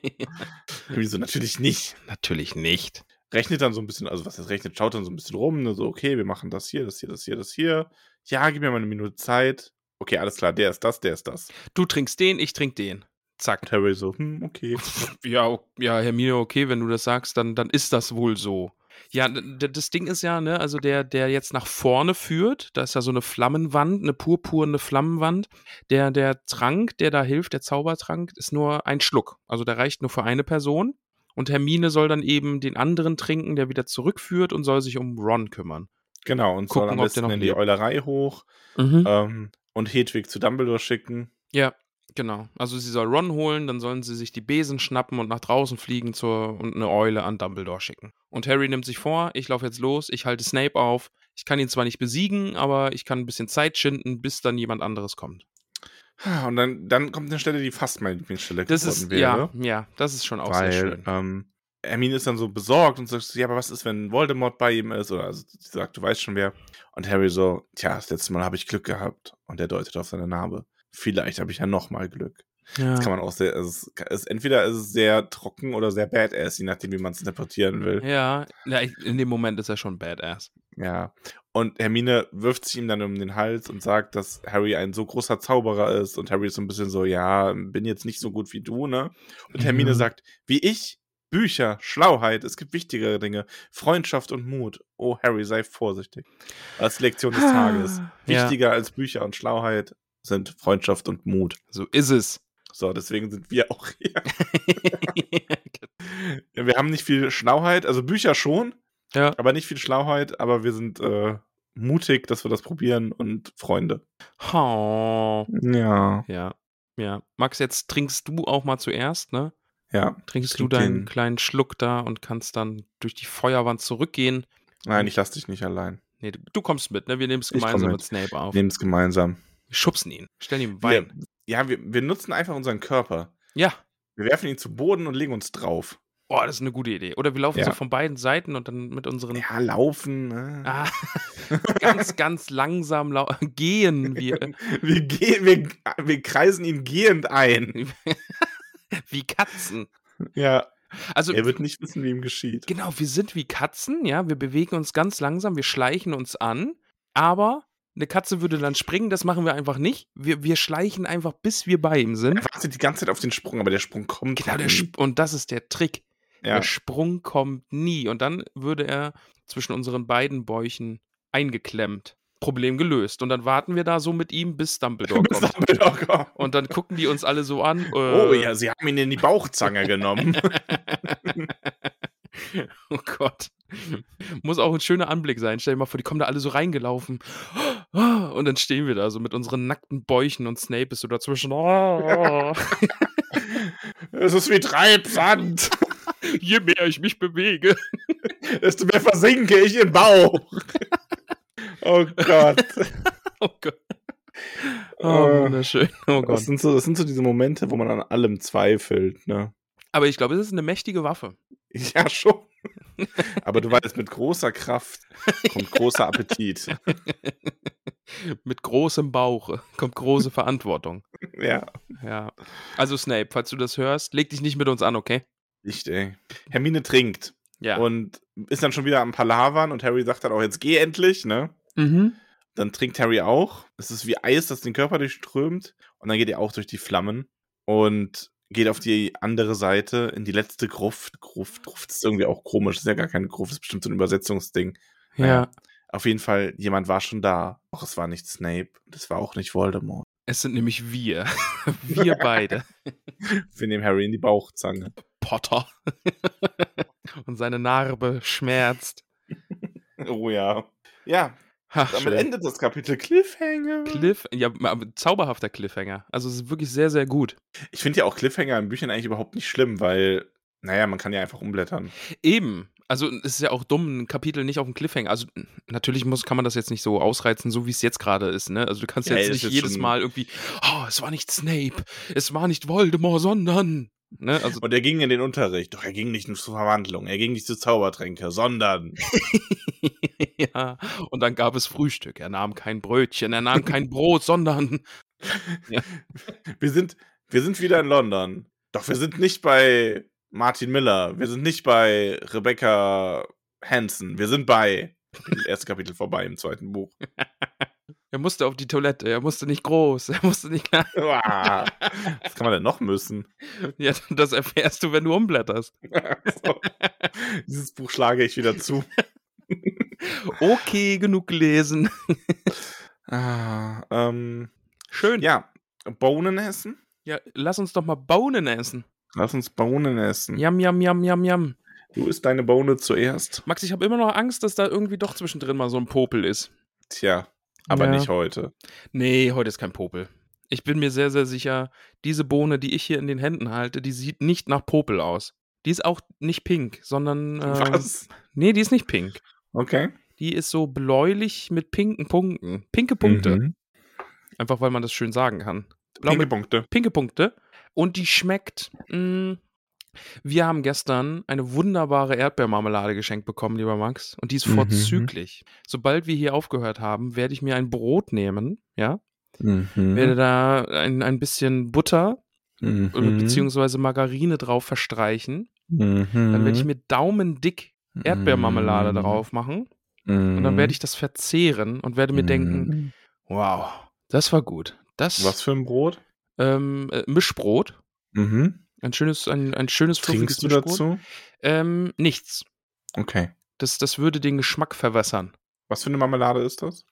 Harry so, natürlich nicht.
Natürlich nicht.
Rechnet dann so ein bisschen, also was jetzt rechnet, schaut dann so ein bisschen rum, ne? so, okay, wir machen das hier, das hier, das hier, das hier. Ja, gib mir mal eine Minute Zeit. Okay, alles klar, der ist das, der ist das.
Du trinkst den, ich trink den.
Und
Zack.
Harry so, hm, okay.
Ja, o- ja, Hermine, okay, wenn du das sagst, dann, dann ist das wohl so. Ja, d- d- das Ding ist ja, ne, also der, der jetzt nach vorne führt, da ist ja so eine Flammenwand, eine purpurne Flammenwand. Der, der Trank, der da hilft, der Zaubertrank, ist nur ein Schluck. Also der reicht nur für eine Person. Und Hermine soll dann eben den anderen trinken, der wieder zurückführt und soll sich um Ron kümmern.
Genau, und soll
Gucken,
am
ob der
besten
noch
in die
lebt. Hm?
Eulerei hoch ähm, und Hedwig zu Dumbledore schicken.
Ja, genau. Also sie soll Ron holen, dann sollen sie sich die Besen schnappen und nach draußen fliegen zur, und eine Eule an Dumbledore schicken. Und Harry nimmt sich vor, ich laufe jetzt los, ich halte Snape auf. Ich kann ihn zwar nicht besiegen, aber ich kann ein bisschen Zeit schinden, bis dann jemand anderes kommt.
Ah, Und dann, dann kommt eine Stelle, die fast meine Lieblingsstelle
Das
geworden
ist, ja,
wäre.
ja, das ist schon auch
weil
sehr schön.
Ähm, Hermine ist dann so besorgt und sagt, so, ja, aber was ist, wenn Voldemort bei ihm ist? Oder also, sie sagt, du weißt schon wer. Und Harry so, tja, das letzte Mal habe ich Glück gehabt. Und er deutet auf seine Narbe. Vielleicht habe ich ja nochmal Glück. Das kann man auch sehr, also es es- entweder ist es sehr trocken oder sehr badass, je nachdem, wie man es interpretieren will.
Ja, ja, ich- in dem Moment ist er schon badass.
Ja. Und Hermine wirft sich ihm dann um den Hals und sagt, dass Harry ein so großer Zauberer ist. Und Harry ist so ein bisschen so, ja, bin jetzt nicht so gut wie du, ne? Und Hermine
Ja.
sagt, wie ich, Bücher, Schlauheit, es gibt wichtigere Dinge, Freundschaft und Mut. Oh, Harry, sei vorsichtig. Als Lektion des Tages.
Ah. Ja,
Wichtiger als Bücher und Schlauheit sind Freundschaft und Mut.
so ist es.
So, deswegen sind wir auch hier. Ja, wir haben nicht viel Schlauheit, also Bücher schon,
Ja.
aber nicht viel Schlauheit, aber wir sind äh, mutig, dass wir das probieren und Freunde.
oh.
Ja.
Ja, ja. Max, jetzt trinkst du auch mal zuerst, ne?
Ja.
Trinkst
Trink
du deinen
den.
kleinen Schluck da und kannst dann durch die Feuerwand zurückgehen.
Nein, ich lasse dich nicht allein.
Nee, du, du kommst mit, ne? Wir nehmen es
Ich komm
gemeinsam
mit.
mit Snape auf.
Wir nehmen es gemeinsam.
Wir schubsen ihn. Stellen ihm Wein.
Wir, ja, wir, wir nutzen einfach unseren Körper.
Ja.
Wir werfen ihn zu Boden und legen uns drauf.
Oh, das ist eine gute Idee. Oder wir laufen
Ja.
so von beiden Seiten und dann mit unseren.
Ja, laufen. ne?
Ah, ganz, ganz langsam lau gehen wir.
Wir, gehen, wir, wir kreisen ihn gehend ein.
Wie Katzen.
Ja.
Also,
Er wird nicht wissen, wie ihm geschieht.
Genau, wir sind wie Katzen, ja. Wir bewegen uns ganz langsam, wir schleichen uns an, aber eine Katze würde dann springen, das machen wir einfach nicht. Wir, wir schleichen einfach, bis wir bei ihm
Er
sind.
wartet die ganze Zeit auf den Sprung, aber der Sprung kommt.
Genau, der
nie.
Sp und das ist der Trick.
ja.
Der Sprung kommt nie. Und dann würde er zwischen unseren beiden Bäuchen eingeklemmt. Problem gelöst. Und dann warten wir da so mit ihm, bis Dumbledore
Bis
kommt.
Dumbledore kommt.
Und dann gucken die uns alle so an. Äh,
Oh ja, sie haben ihn in die Bauchzange genommen.
Oh Gott. Muss auch ein schöner Anblick sein. Stell dir mal vor, die kommen da alle so reingelaufen. Und dann stehen wir da so mit unseren nackten Bäuchen und Snape ist so dazwischen.
Es ist wie Treibsand.
Je mehr ich mich bewege.
Desto mehr versinke ich im Bauch. Oh Gott.
Oh Gott. Oh,
Äh,
wunderschön. Oh
das,
Gott.
sind so, das sind so diese Momente, wo man an allem zweifelt, ne?
Aber ich glaube, es ist eine mächtige Waffe.
Ja, schon. Aber du weißt, mit großer Kraft kommt großer Appetit.
Mit großem Bauch kommt große Verantwortung.
Ja.
Ja. Also Snape, falls du das hörst, leg dich nicht mit uns an, okay?
Nicht, ey. Hermine trinkt
Ja.
und ist dann schon wieder am Palavern und Harry sagt dann auch, jetzt geh endlich, ne?
Mhm.
Dann trinkt Harry auch. Es ist wie Eis, das den Körper durchströmt. Und dann geht er auch durch die Flammen und geht auf die andere Seite in die letzte Gruft. Gruft, Gruft ist irgendwie auch komisch. Ist ja gar keine Gruft, ist bestimmt so ein Übersetzungsding.
ja.
Auf jeden Fall, jemand war schon da. Doch es war nicht Snape und es war auch nicht Voldemort.
Es sind nämlich wir. Wir beide.
Wir nehmen Harry in die Bauchzange.
Potter. und seine Narbe schmerzt.
Oh ja. Ja,
Ha,
damit
schön.
endet das Kapitel Cliffhanger.
Cliff, ja, aber zauberhafter Cliffhanger. Also es ist wirklich sehr, sehr gut.
ich finde ja auch Cliffhanger in Büchern eigentlich überhaupt nicht schlimm, weil, naja, man kann ja einfach umblättern.
Eben. Also es ist ja auch dumm, ein Kapitel nicht auf dem Cliffhanger. Also n- natürlich muss, kann man das jetzt nicht so ausreizen, so wie es jetzt gerade ist. Ne? Also du kannst
Ja,
jetzt
das
nicht
ist
jedes
schon-
Mal irgendwie, oh, es war nicht Snape, es war nicht Voldemort, sondern Ne? Also,
Und er ging in den Unterricht. Doch er ging nicht nur zur Verwandlung, er ging nicht zu Zaubertränke, sondern.
ja. Und dann gab es Frühstück. Er nahm kein Brötchen, er nahm kein Brot, sondern
Wir sind, wir sind wieder in London. Doch wir sind nicht bei Martin Miller. Wir sind nicht bei Rebecca Hansen. Wir sind bei. Erstes Kapitel vorbei im zweiten Buch.
er musste auf die Toilette. Er musste nicht groß, er musste nicht klein.
Uah. Was kann man denn noch müssen?
Ja, das erfährst du, wenn du umblätterst.
So. Dieses Buch schlage ich wieder zu.
Okay, genug gelesen.
Ah, ähm,
Schön. Ja.
ja, Bohnen essen?
ja, lass uns doch mal Bohnen essen.
Lass uns Bohnen essen.
Yam, yam, yam, yam, yam.
Du isst deine Bohne zuerst.
Max, ich habe immer noch Angst, dass da irgendwie doch zwischendrin mal so ein Popel ist.
Tja, aber
Ja.
nicht heute.
Nee, heute ist kein Popel. Ich bin mir sehr, sehr sicher, diese Bohne, die ich hier in den Händen halte, die sieht nicht nach Popel aus. Die ist auch nicht pink, sondern. ähm,
Was?
Nee, die ist nicht pink.
Okay.
Die ist so bläulich mit pinken Punkten. Pinke Punkte.
Mhm.
Einfach weil man das schön sagen kann. Blau
Pinke
mit
Punkte.
pinke Punkte. Und die schmeckt. Mh, wir haben gestern eine wunderbare Erdbeermarmelade geschenkt bekommen, lieber Max. Und die ist
Mhm.
vorzüglich. Sobald wir hier aufgehört haben, werde ich mir ein Brot nehmen, ja. Werde
Mhm.
da ein, ein bisschen Butter
Mhm.
äh, beziehungsweise Margarine drauf verstreichen.
Mhm.
Dann werde ich mir daumendick Erdbeermarmelade drauf machen. Und
Mhm.
dann werde ich das verzehren und werde mir denken, wow, das war gut. Das
Was für ein Brot?
ähm, äh, Mischbrot.
Mhm.
Ein schönes, ein, ein schönes fluffiges
Trinkst du
Mischbrot.
dazu?
Ähm, nichts.
Okay.
Das, das würde den Geschmack verwässern.
Was für eine Marmelade ist das?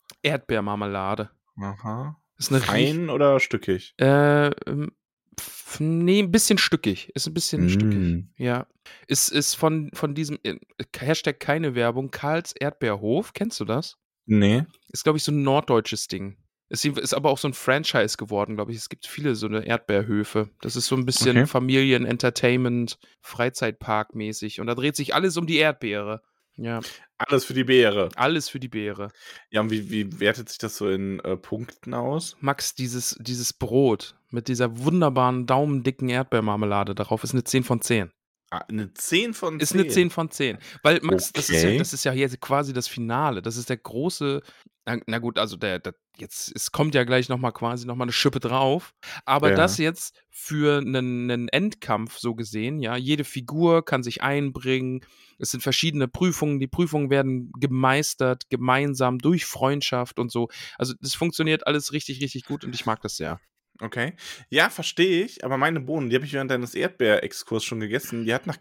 Erdbeermarmelade.
Aha.
Ist eine riech-
Fein oder stückig?
Äh, ähm, pf- nee, ein bisschen stückig. Ist ein bisschen stückig.
Mm.
Ja. Ist, ist von, von diesem äh, Hashtag keine Werbung, Karls Erdbeerhof. Kennst du das?
Nee.
Ist, glaube ich, so ein norddeutsches Ding. Ist, jeden- ist aber auch so ein Franchise geworden, glaube ich. Es gibt viele so eine Erdbeerhöfe. Das ist so ein bisschen
Okay.
Familien, Entertainment, Freizeitpark mäßig. Und da dreht sich alles um die Erdbeere. Ja,
Alles für die Beere.
alles für die Beere.
Ja, und wie, wie wertet sich das so in äh, Punkten aus?
Max, dieses, dieses Brot mit dieser wunderbaren, daumendicken Erdbeermarmelade darauf ist eine 10 von 10.
Ah, eine 10 von 10.
Ist eine 10 von 10. Weil, Max, das, ist ja,
Okay.
das ist ja hier quasi das Finale. Das ist der große. Na, na gut, also der, der jetzt, es kommt ja gleich nochmal quasi nochmal eine Schippe drauf. Aber
Ja.
das jetzt für einen, einen Endkampf so gesehen, ja, jede Figur kann sich einbringen. Es sind verschiedene Prüfungen. Die Prüfungen werden gemeistert, gemeinsam durch Freundschaft und so. Also, das funktioniert alles richtig, richtig gut und ich mag das sehr.
Okay. Ja, verstehe ich. Aber meine Bohnen, die habe ich während deines Erdbeerexkurs schon gegessen. Die hat nach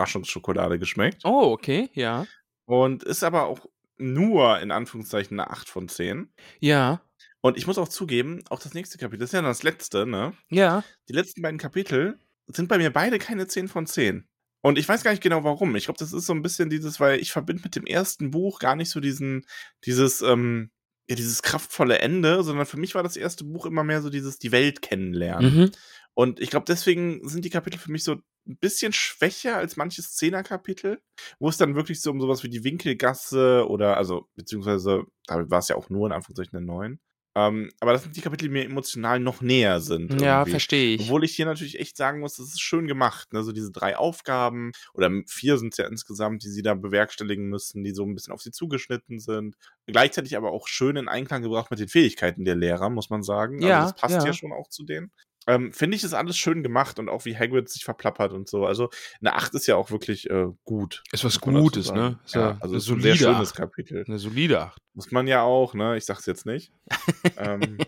Kinderüberraschungsschokolade geschmeckt.
Oh, okay, ja.
Und ist aber auch nur in Anführungszeichen eine 8 von 10.
Ja,
Und ich muss auch zugeben, auch das nächste Kapitel, das ist ja das letzte, ne?
ja.
Die letzten beiden Kapitel sind bei mir beide keine 10 von 10. Und ich weiß gar nicht genau warum. Ich glaube, das ist so ein bisschen dieses, weil ich verbinde mit dem ersten Buch gar nicht so diesen, dieses, ähm, ja, dieses kraftvolle Ende, sondern für mich war das erste Buch immer mehr so dieses die Welt kennenlernen.
Mhm.
Und ich glaube, deswegen sind die Kapitel für mich so ein bisschen schwächer als manches Zehner-Kapitel, wo es dann wirklich so um sowas wie die Winkelgasse oder, also, beziehungsweise, da war es ja auch nur in Anführungszeichen eine 9. Ähm, aber das sind die Kapitel, die mir emotional noch näher sind.
Ja,
irgendwie.
verstehe ich.
Obwohl ich hier natürlich echt sagen muss, das ist schön gemacht. Ne? So diese drei Aufgaben oder vier sind es ja insgesamt, die sie da bewerkstelligen müssen, die so ein bisschen auf sie zugeschnitten sind. Gleichzeitig aber auch schön in Einklang gebracht mit den Fähigkeiten der Lehrer, muss man sagen.
Ja,
also das passt
ja.
hier schon auch zu denen. Ähm, Finde ich, ist alles schön gemacht und auch wie Hagrid sich verplappert und so. Also eine Acht ist ja auch wirklich äh, gut.
Ist was
muss man dazu
Gutes,
sagen.
ne? Ist
ja,
ja
also
eine
ist ein sehr
solide
schönes
Acht.
Kapitel.
Eine solide 8.
Muss man ja auch, ne? Ich sag's jetzt nicht. ähm,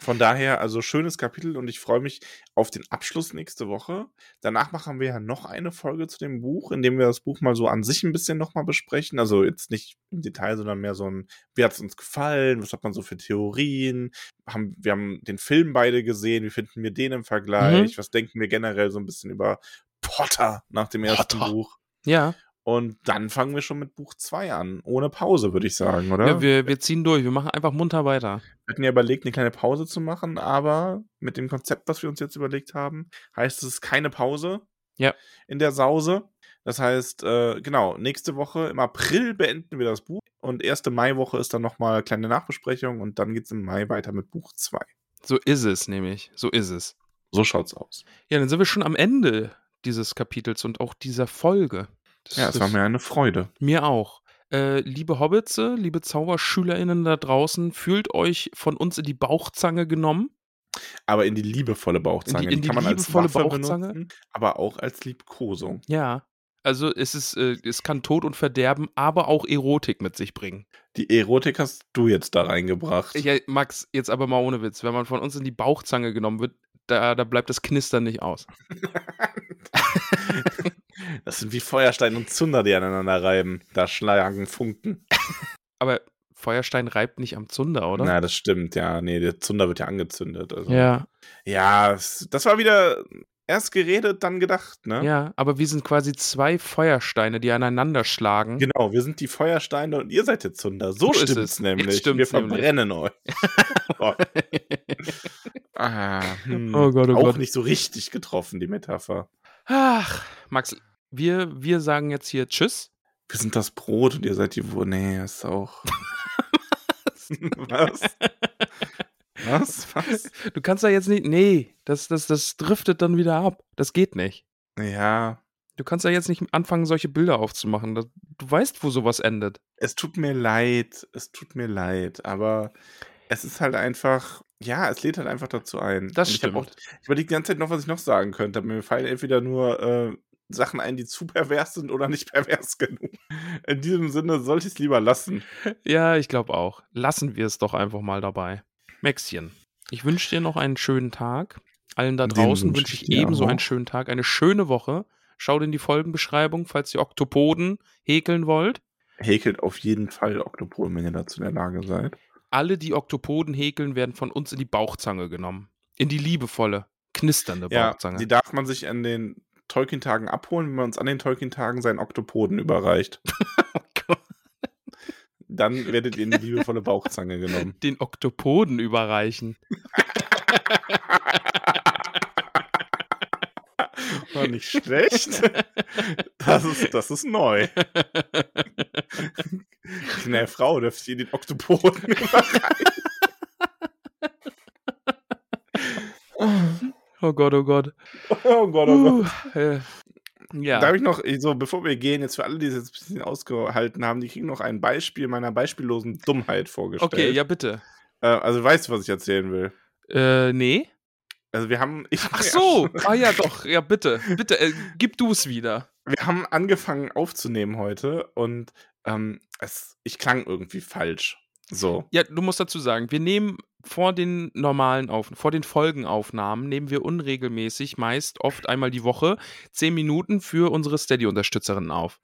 von daher, also schönes Kapitel und ich freue mich auf den Abschluss nächste Woche. Danach machen wir ja noch eine Folge zu dem Buch, in dem wir das Buch mal so an sich ein bisschen nochmal besprechen. Also jetzt nicht im Detail, sondern mehr so ein, wie hat's uns gefallen, was hat man so für Theorien, haben, wir haben den Film beide gesehen, wie finden wir den im
Mhm.
Vergleich, was denken wir generell so ein bisschen über Potter nach dem ersten
Potter.
Buch.
Ja,
Und dann fangen wir schon mit Buch 2 an, ohne Pause, würde ich sagen, oder?
ja wir, wir ziehen durch. Wir machen einfach munter weiter.
Wir hatten ja überlegt, eine kleine Pause zu machen, aber mit dem Konzept, was wir uns jetzt überlegt haben, heißt es keine Pause
Ja.
in der Sause. Das heißt, äh, genau, nächste Woche im April beenden wir das Buch und erste Maiwoche ist dann nochmal eine kleine Nachbesprechung und dann geht es im Mai weiter mit Buch 2.
So ist es nämlich. So ist es.
So schaut's aus.
Ja, dann sind wir schon am Ende dieses Kapitels und auch dieser Folge. Das
Ja, es
ist-
war mir eine Freude.
Mir auch. Äh, liebe Hobbits, liebe ZauberschülerInnen da draußen, fühlt euch von uns in die Bauchzange genommen.
Aber in die liebevolle Bauchzange.
In die- in die
kann man als
liebevolle
Waffe
Bauchzange?
benutzen, aber auch als Liebkosung.
Ja. Also es ist, äh, es kann Tod und Verderben, aber auch Erotik mit sich bringen.
Die Erotik hast du jetzt da reingebracht.
Ja, äh, Max, jetzt aber mal ohne Witz, wenn man von uns in die Bauchzange genommen wird, da, da bleibt das Knistern nicht aus.
Das sind wie Feuerstein und Zunder, die aneinander reiben. Da schlagen Funken.
Aber Feuerstein reibt nicht am Zunder, oder?
Na, das stimmt, ja. Nee, der Zunder wird ja angezündet. Also.
Ja,
Ja, es- das war wieder erst geredet, dann gedacht, ne?
ja, aber wir sind quasi zwei Feuersteine, die aneinander schlagen.
Genau, wir sind die Feuersteine und ihr seid der Zunder.
So
So,
ist
stimmt's
es. Jetzt
nämlich.
stimmt's
wir verbrennen euch. oh. Ah, hm.
Oh Gott, oh
Auch
Gott.
nicht so richtig getroffen, die Metapher.
Ach, Max, wir, wir sagen jetzt hier Tschüss.
Wir sind das Brot und ihr seid die Wurst. Nee, ist auch. Was? Was? Was?
Du kannst da jetzt nicht. Nee, das, das, das driftet dann wieder ab. Das geht nicht.
Ja,
Du kannst da jetzt nicht anfangen, solche Bilder aufzumachen. Das, du weißt, wo sowas endet.
es tut mir leid, es tut mir leid, aber es ist halt einfach, ja, es lädt halt einfach dazu ein.
Das
Und ich hab
stimmt.
Auch, ich überlege die ganze Zeit noch, was ich noch sagen könnte, aber mir fallen entweder nur äh, Sachen ein, die zu pervers sind oder nicht pervers genug. In diesem Sinne sollte ich es lieber lassen.
Ja, ich glaube auch. Lassen wir es doch einfach mal dabei. Maxchen, ich wünsche dir noch einen schönen Tag. Allen da
Den
draußen
wünsch
wünsche
ich
ich
dir
ebenso
auch.
einen schönen Tag, eine schöne Woche. Schaut in die Folgenbeschreibung, falls ihr Oktopoden häkeln wollt.
Häkelt auf jeden Fall Oktopol, wenn ihr dazu in der Lage seid.
Alle, die Oktopoden häkeln, werden von uns in die Bauchzange genommen. In die liebevolle, knisternde
Ja,
Bauchzange.
die darf man sich an den Tolkien-Tagen abholen, wenn man uns an den Tolkien-Tagen seinen Oktopoden überreicht. Oh Dann werdet ihr in die liebevolle Bauchzange genommen.
den Oktopoden überreichen.
War nicht schlecht. Das ist, das ist neu. Eine Frau dürfte ihr den Oktopoden überreichen.
Oh Gott, oh Gott.
Oh Gott, oh Gott.
Uh, äh, ja.
Darf ich noch, so bevor wir gehen, jetzt für alle, die es jetzt ein bisschen ausgehalten haben, die kriegen noch ein Beispiel meiner beispiellosen Dummheit vorgestellt.
okay, ja, bitte.
Äh, also weißt du, was ich erzählen will?
Äh, nee.
Also wir haben. Ich,
Ach so. Ah ja, doch. Ja, bitte. Bitte, äh, gib du es wieder.
wir haben angefangen aufzunehmen heute und ähm, es, ich klang irgendwie falsch. So.
Ja, du musst dazu sagen, wir nehmen vor den normalen auf, vor den Folgenaufnahmen nehmen wir unregelmäßig, meist oft einmal die Woche, zehn Minuten für unsere Steady-Unterstützerinnen auf.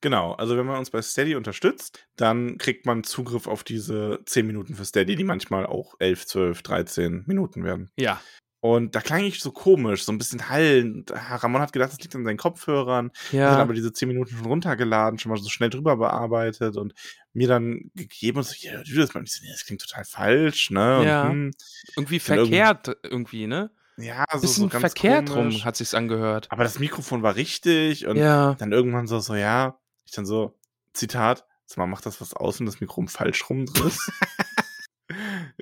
Genau, also wenn man uns bei Steady unterstützt, dann kriegt man Zugriff auf diese 10 Minuten für Steady, die manchmal auch 11, 12, 13 Minuten werden.
Ja.
Und da klang ich so komisch, so ein bisschen hallend. Ah, Ramon hat gedacht, das liegt an seinen Kopfhörern. Ja. Sind aber diese 10 Minuten schon runtergeladen, schon mal so schnell drüber bearbeitet und mir dann gegeben und so, ja, du das mal ein bisschen, das klingt total falsch, ne?
Ja.
Und, hm,
irgendwie
dann irgend-
verkehrt irgendwie, ne?
ja, so, so
Bisschen
ganz
verkehrt
komisch.
rum hat sich's angehört.
Aber das Mikrofon war richtig und
Ja.
dann irgendwann so, so, ja, ich dann so, Zitat, sag mal, macht das was aus, wenn das Mikro falsch rum drin ist?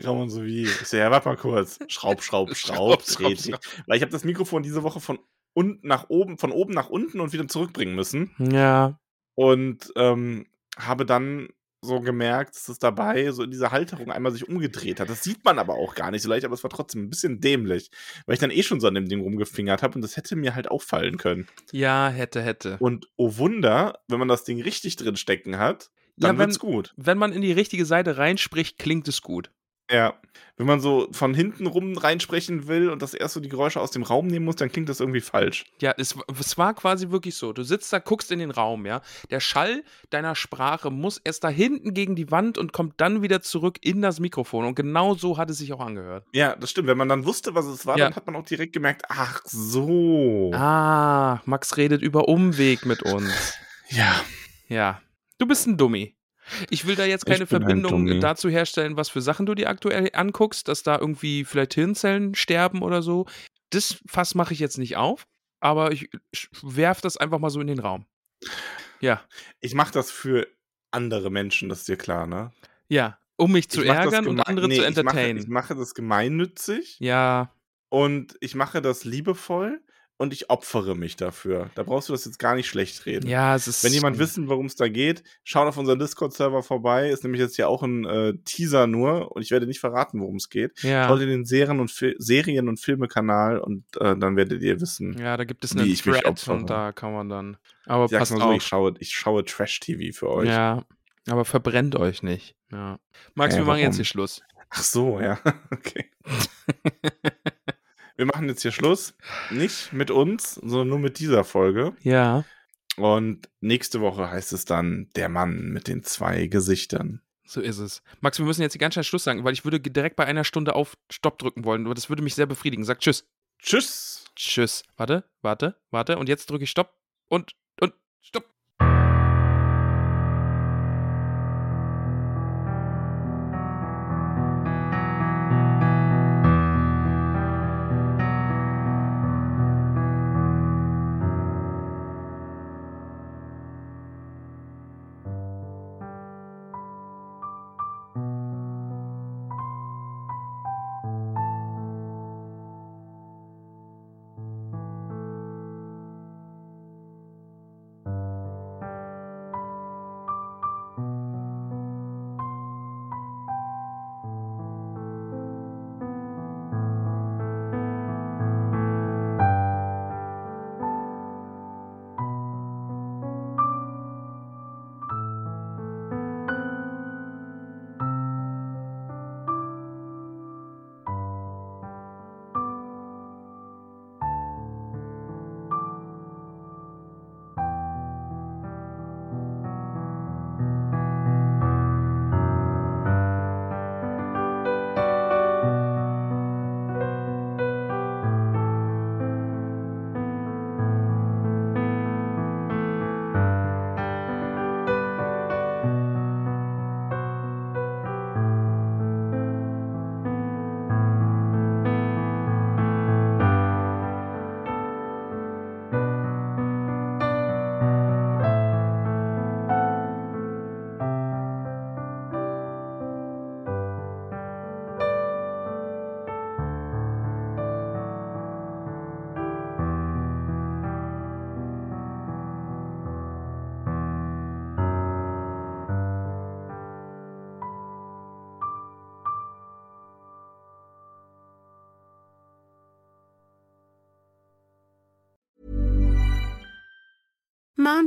Ramon so wie, ich so, ja, warte mal kurz, schraub, schraub, schraub,
Schraub, schraub,
dreht sich. Weil ich habe das Mikrofon diese Woche von unten nach oben, von oben nach unten und wieder zurückbringen müssen
Ja.
und ähm, habe dann so gemerkt, dass es dabei so in dieser Halterung einmal sich umgedreht hat. Das sieht man aber auch gar nicht so leicht, aber es war trotzdem ein bisschen dämlich, weil ich dann eh schon so an dem Ding rumgefingert habe und das hätte mir halt auffallen können.
Ja, hätte, hätte.
Und oh Wunder, wenn man das Ding richtig drin stecken hat, dann
ja, wenn,
wird's gut.
wenn man in die richtige Seite reinspricht, klingt es gut.
Ja. Wenn man so von hinten rum reinsprechen will und das erst so die Geräusche aus dem Raum nehmen muss, dann klingt das irgendwie falsch.
Ja, es, w- es war quasi wirklich so. Du sitzt da, guckst in den Raum, ja. Der Schall deiner Sprache muss erst da hinten gegen die Wand und kommt dann wieder zurück in das Mikrofon. Und genau so hat es sich auch angehört.
Ja, das stimmt. Wenn man dann wusste, was es war,
Ja.
dann hat man auch direkt gemerkt, ach so.
Ah, Max redet über Umweg mit uns.
Ja.
Ja. Du bist ein Dummi. Ich will da jetzt
Ich
keine
bin ein Dummi.
Verbindung dazu herstellen, was für Sachen du dir aktuell anguckst, dass da irgendwie vielleicht Hirnzellen sterben oder so. Das Fass mache ich jetzt nicht auf, aber ich sch- werf das einfach mal so in den Raum. Ja,
Ich mache das für andere Menschen, das ist dir klar, ne?
ja. Um mich zu
Ich mach das
ärgern und
geme-
andere
Nee,
zu
ich mache, ich
entertainen.
mache das gemeinnützig
Ja,
und ich mache das liebevoll und ich opfere mich dafür. Da brauchst du das jetzt gar nicht schlecht reden.
Ja, es ist.
Wenn jemand wissen, worum es da geht, schaut auf unseren Discord-Server vorbei. Ist nämlich jetzt hier auch ein äh, Teaser nur und ich werde nicht verraten, worum es geht.
ja.
Schaut in den Serien- und, Fil Serien und Filme-Kanal und äh, dann werdet ihr wissen.
ja, da gibt es
wie
einen
ich mich
Thread
opfere.
und da kann man dann. Aber
Ich sag's
passt
mal so, ich
auf.
schaue, ich schaue Trash-TV für euch.
Ja, aber verbrennt euch nicht. Ja. Max,
Äh,
wir machen jetzt
warum?
hier Schluss.
Ach so, ja. Okay. Wir machen jetzt hier Schluss. Nicht mit uns, sondern nur mit dieser Folge.
Ja.
Und nächste Woche heißt es dann Der Mann mit den zwei Gesichtern.
So ist es. Max, wir müssen jetzt die ganze Zeit Schluss sagen, weil ich würde ge- direkt bei einer Stunde auf Stopp drücken wollen. aber Das würde mich sehr befriedigen. Sag Tschüss.
Tschüss!
Tschüss. Warte, warte, warte. Und jetzt drücke ich Stopp und, und Stopp.
Mom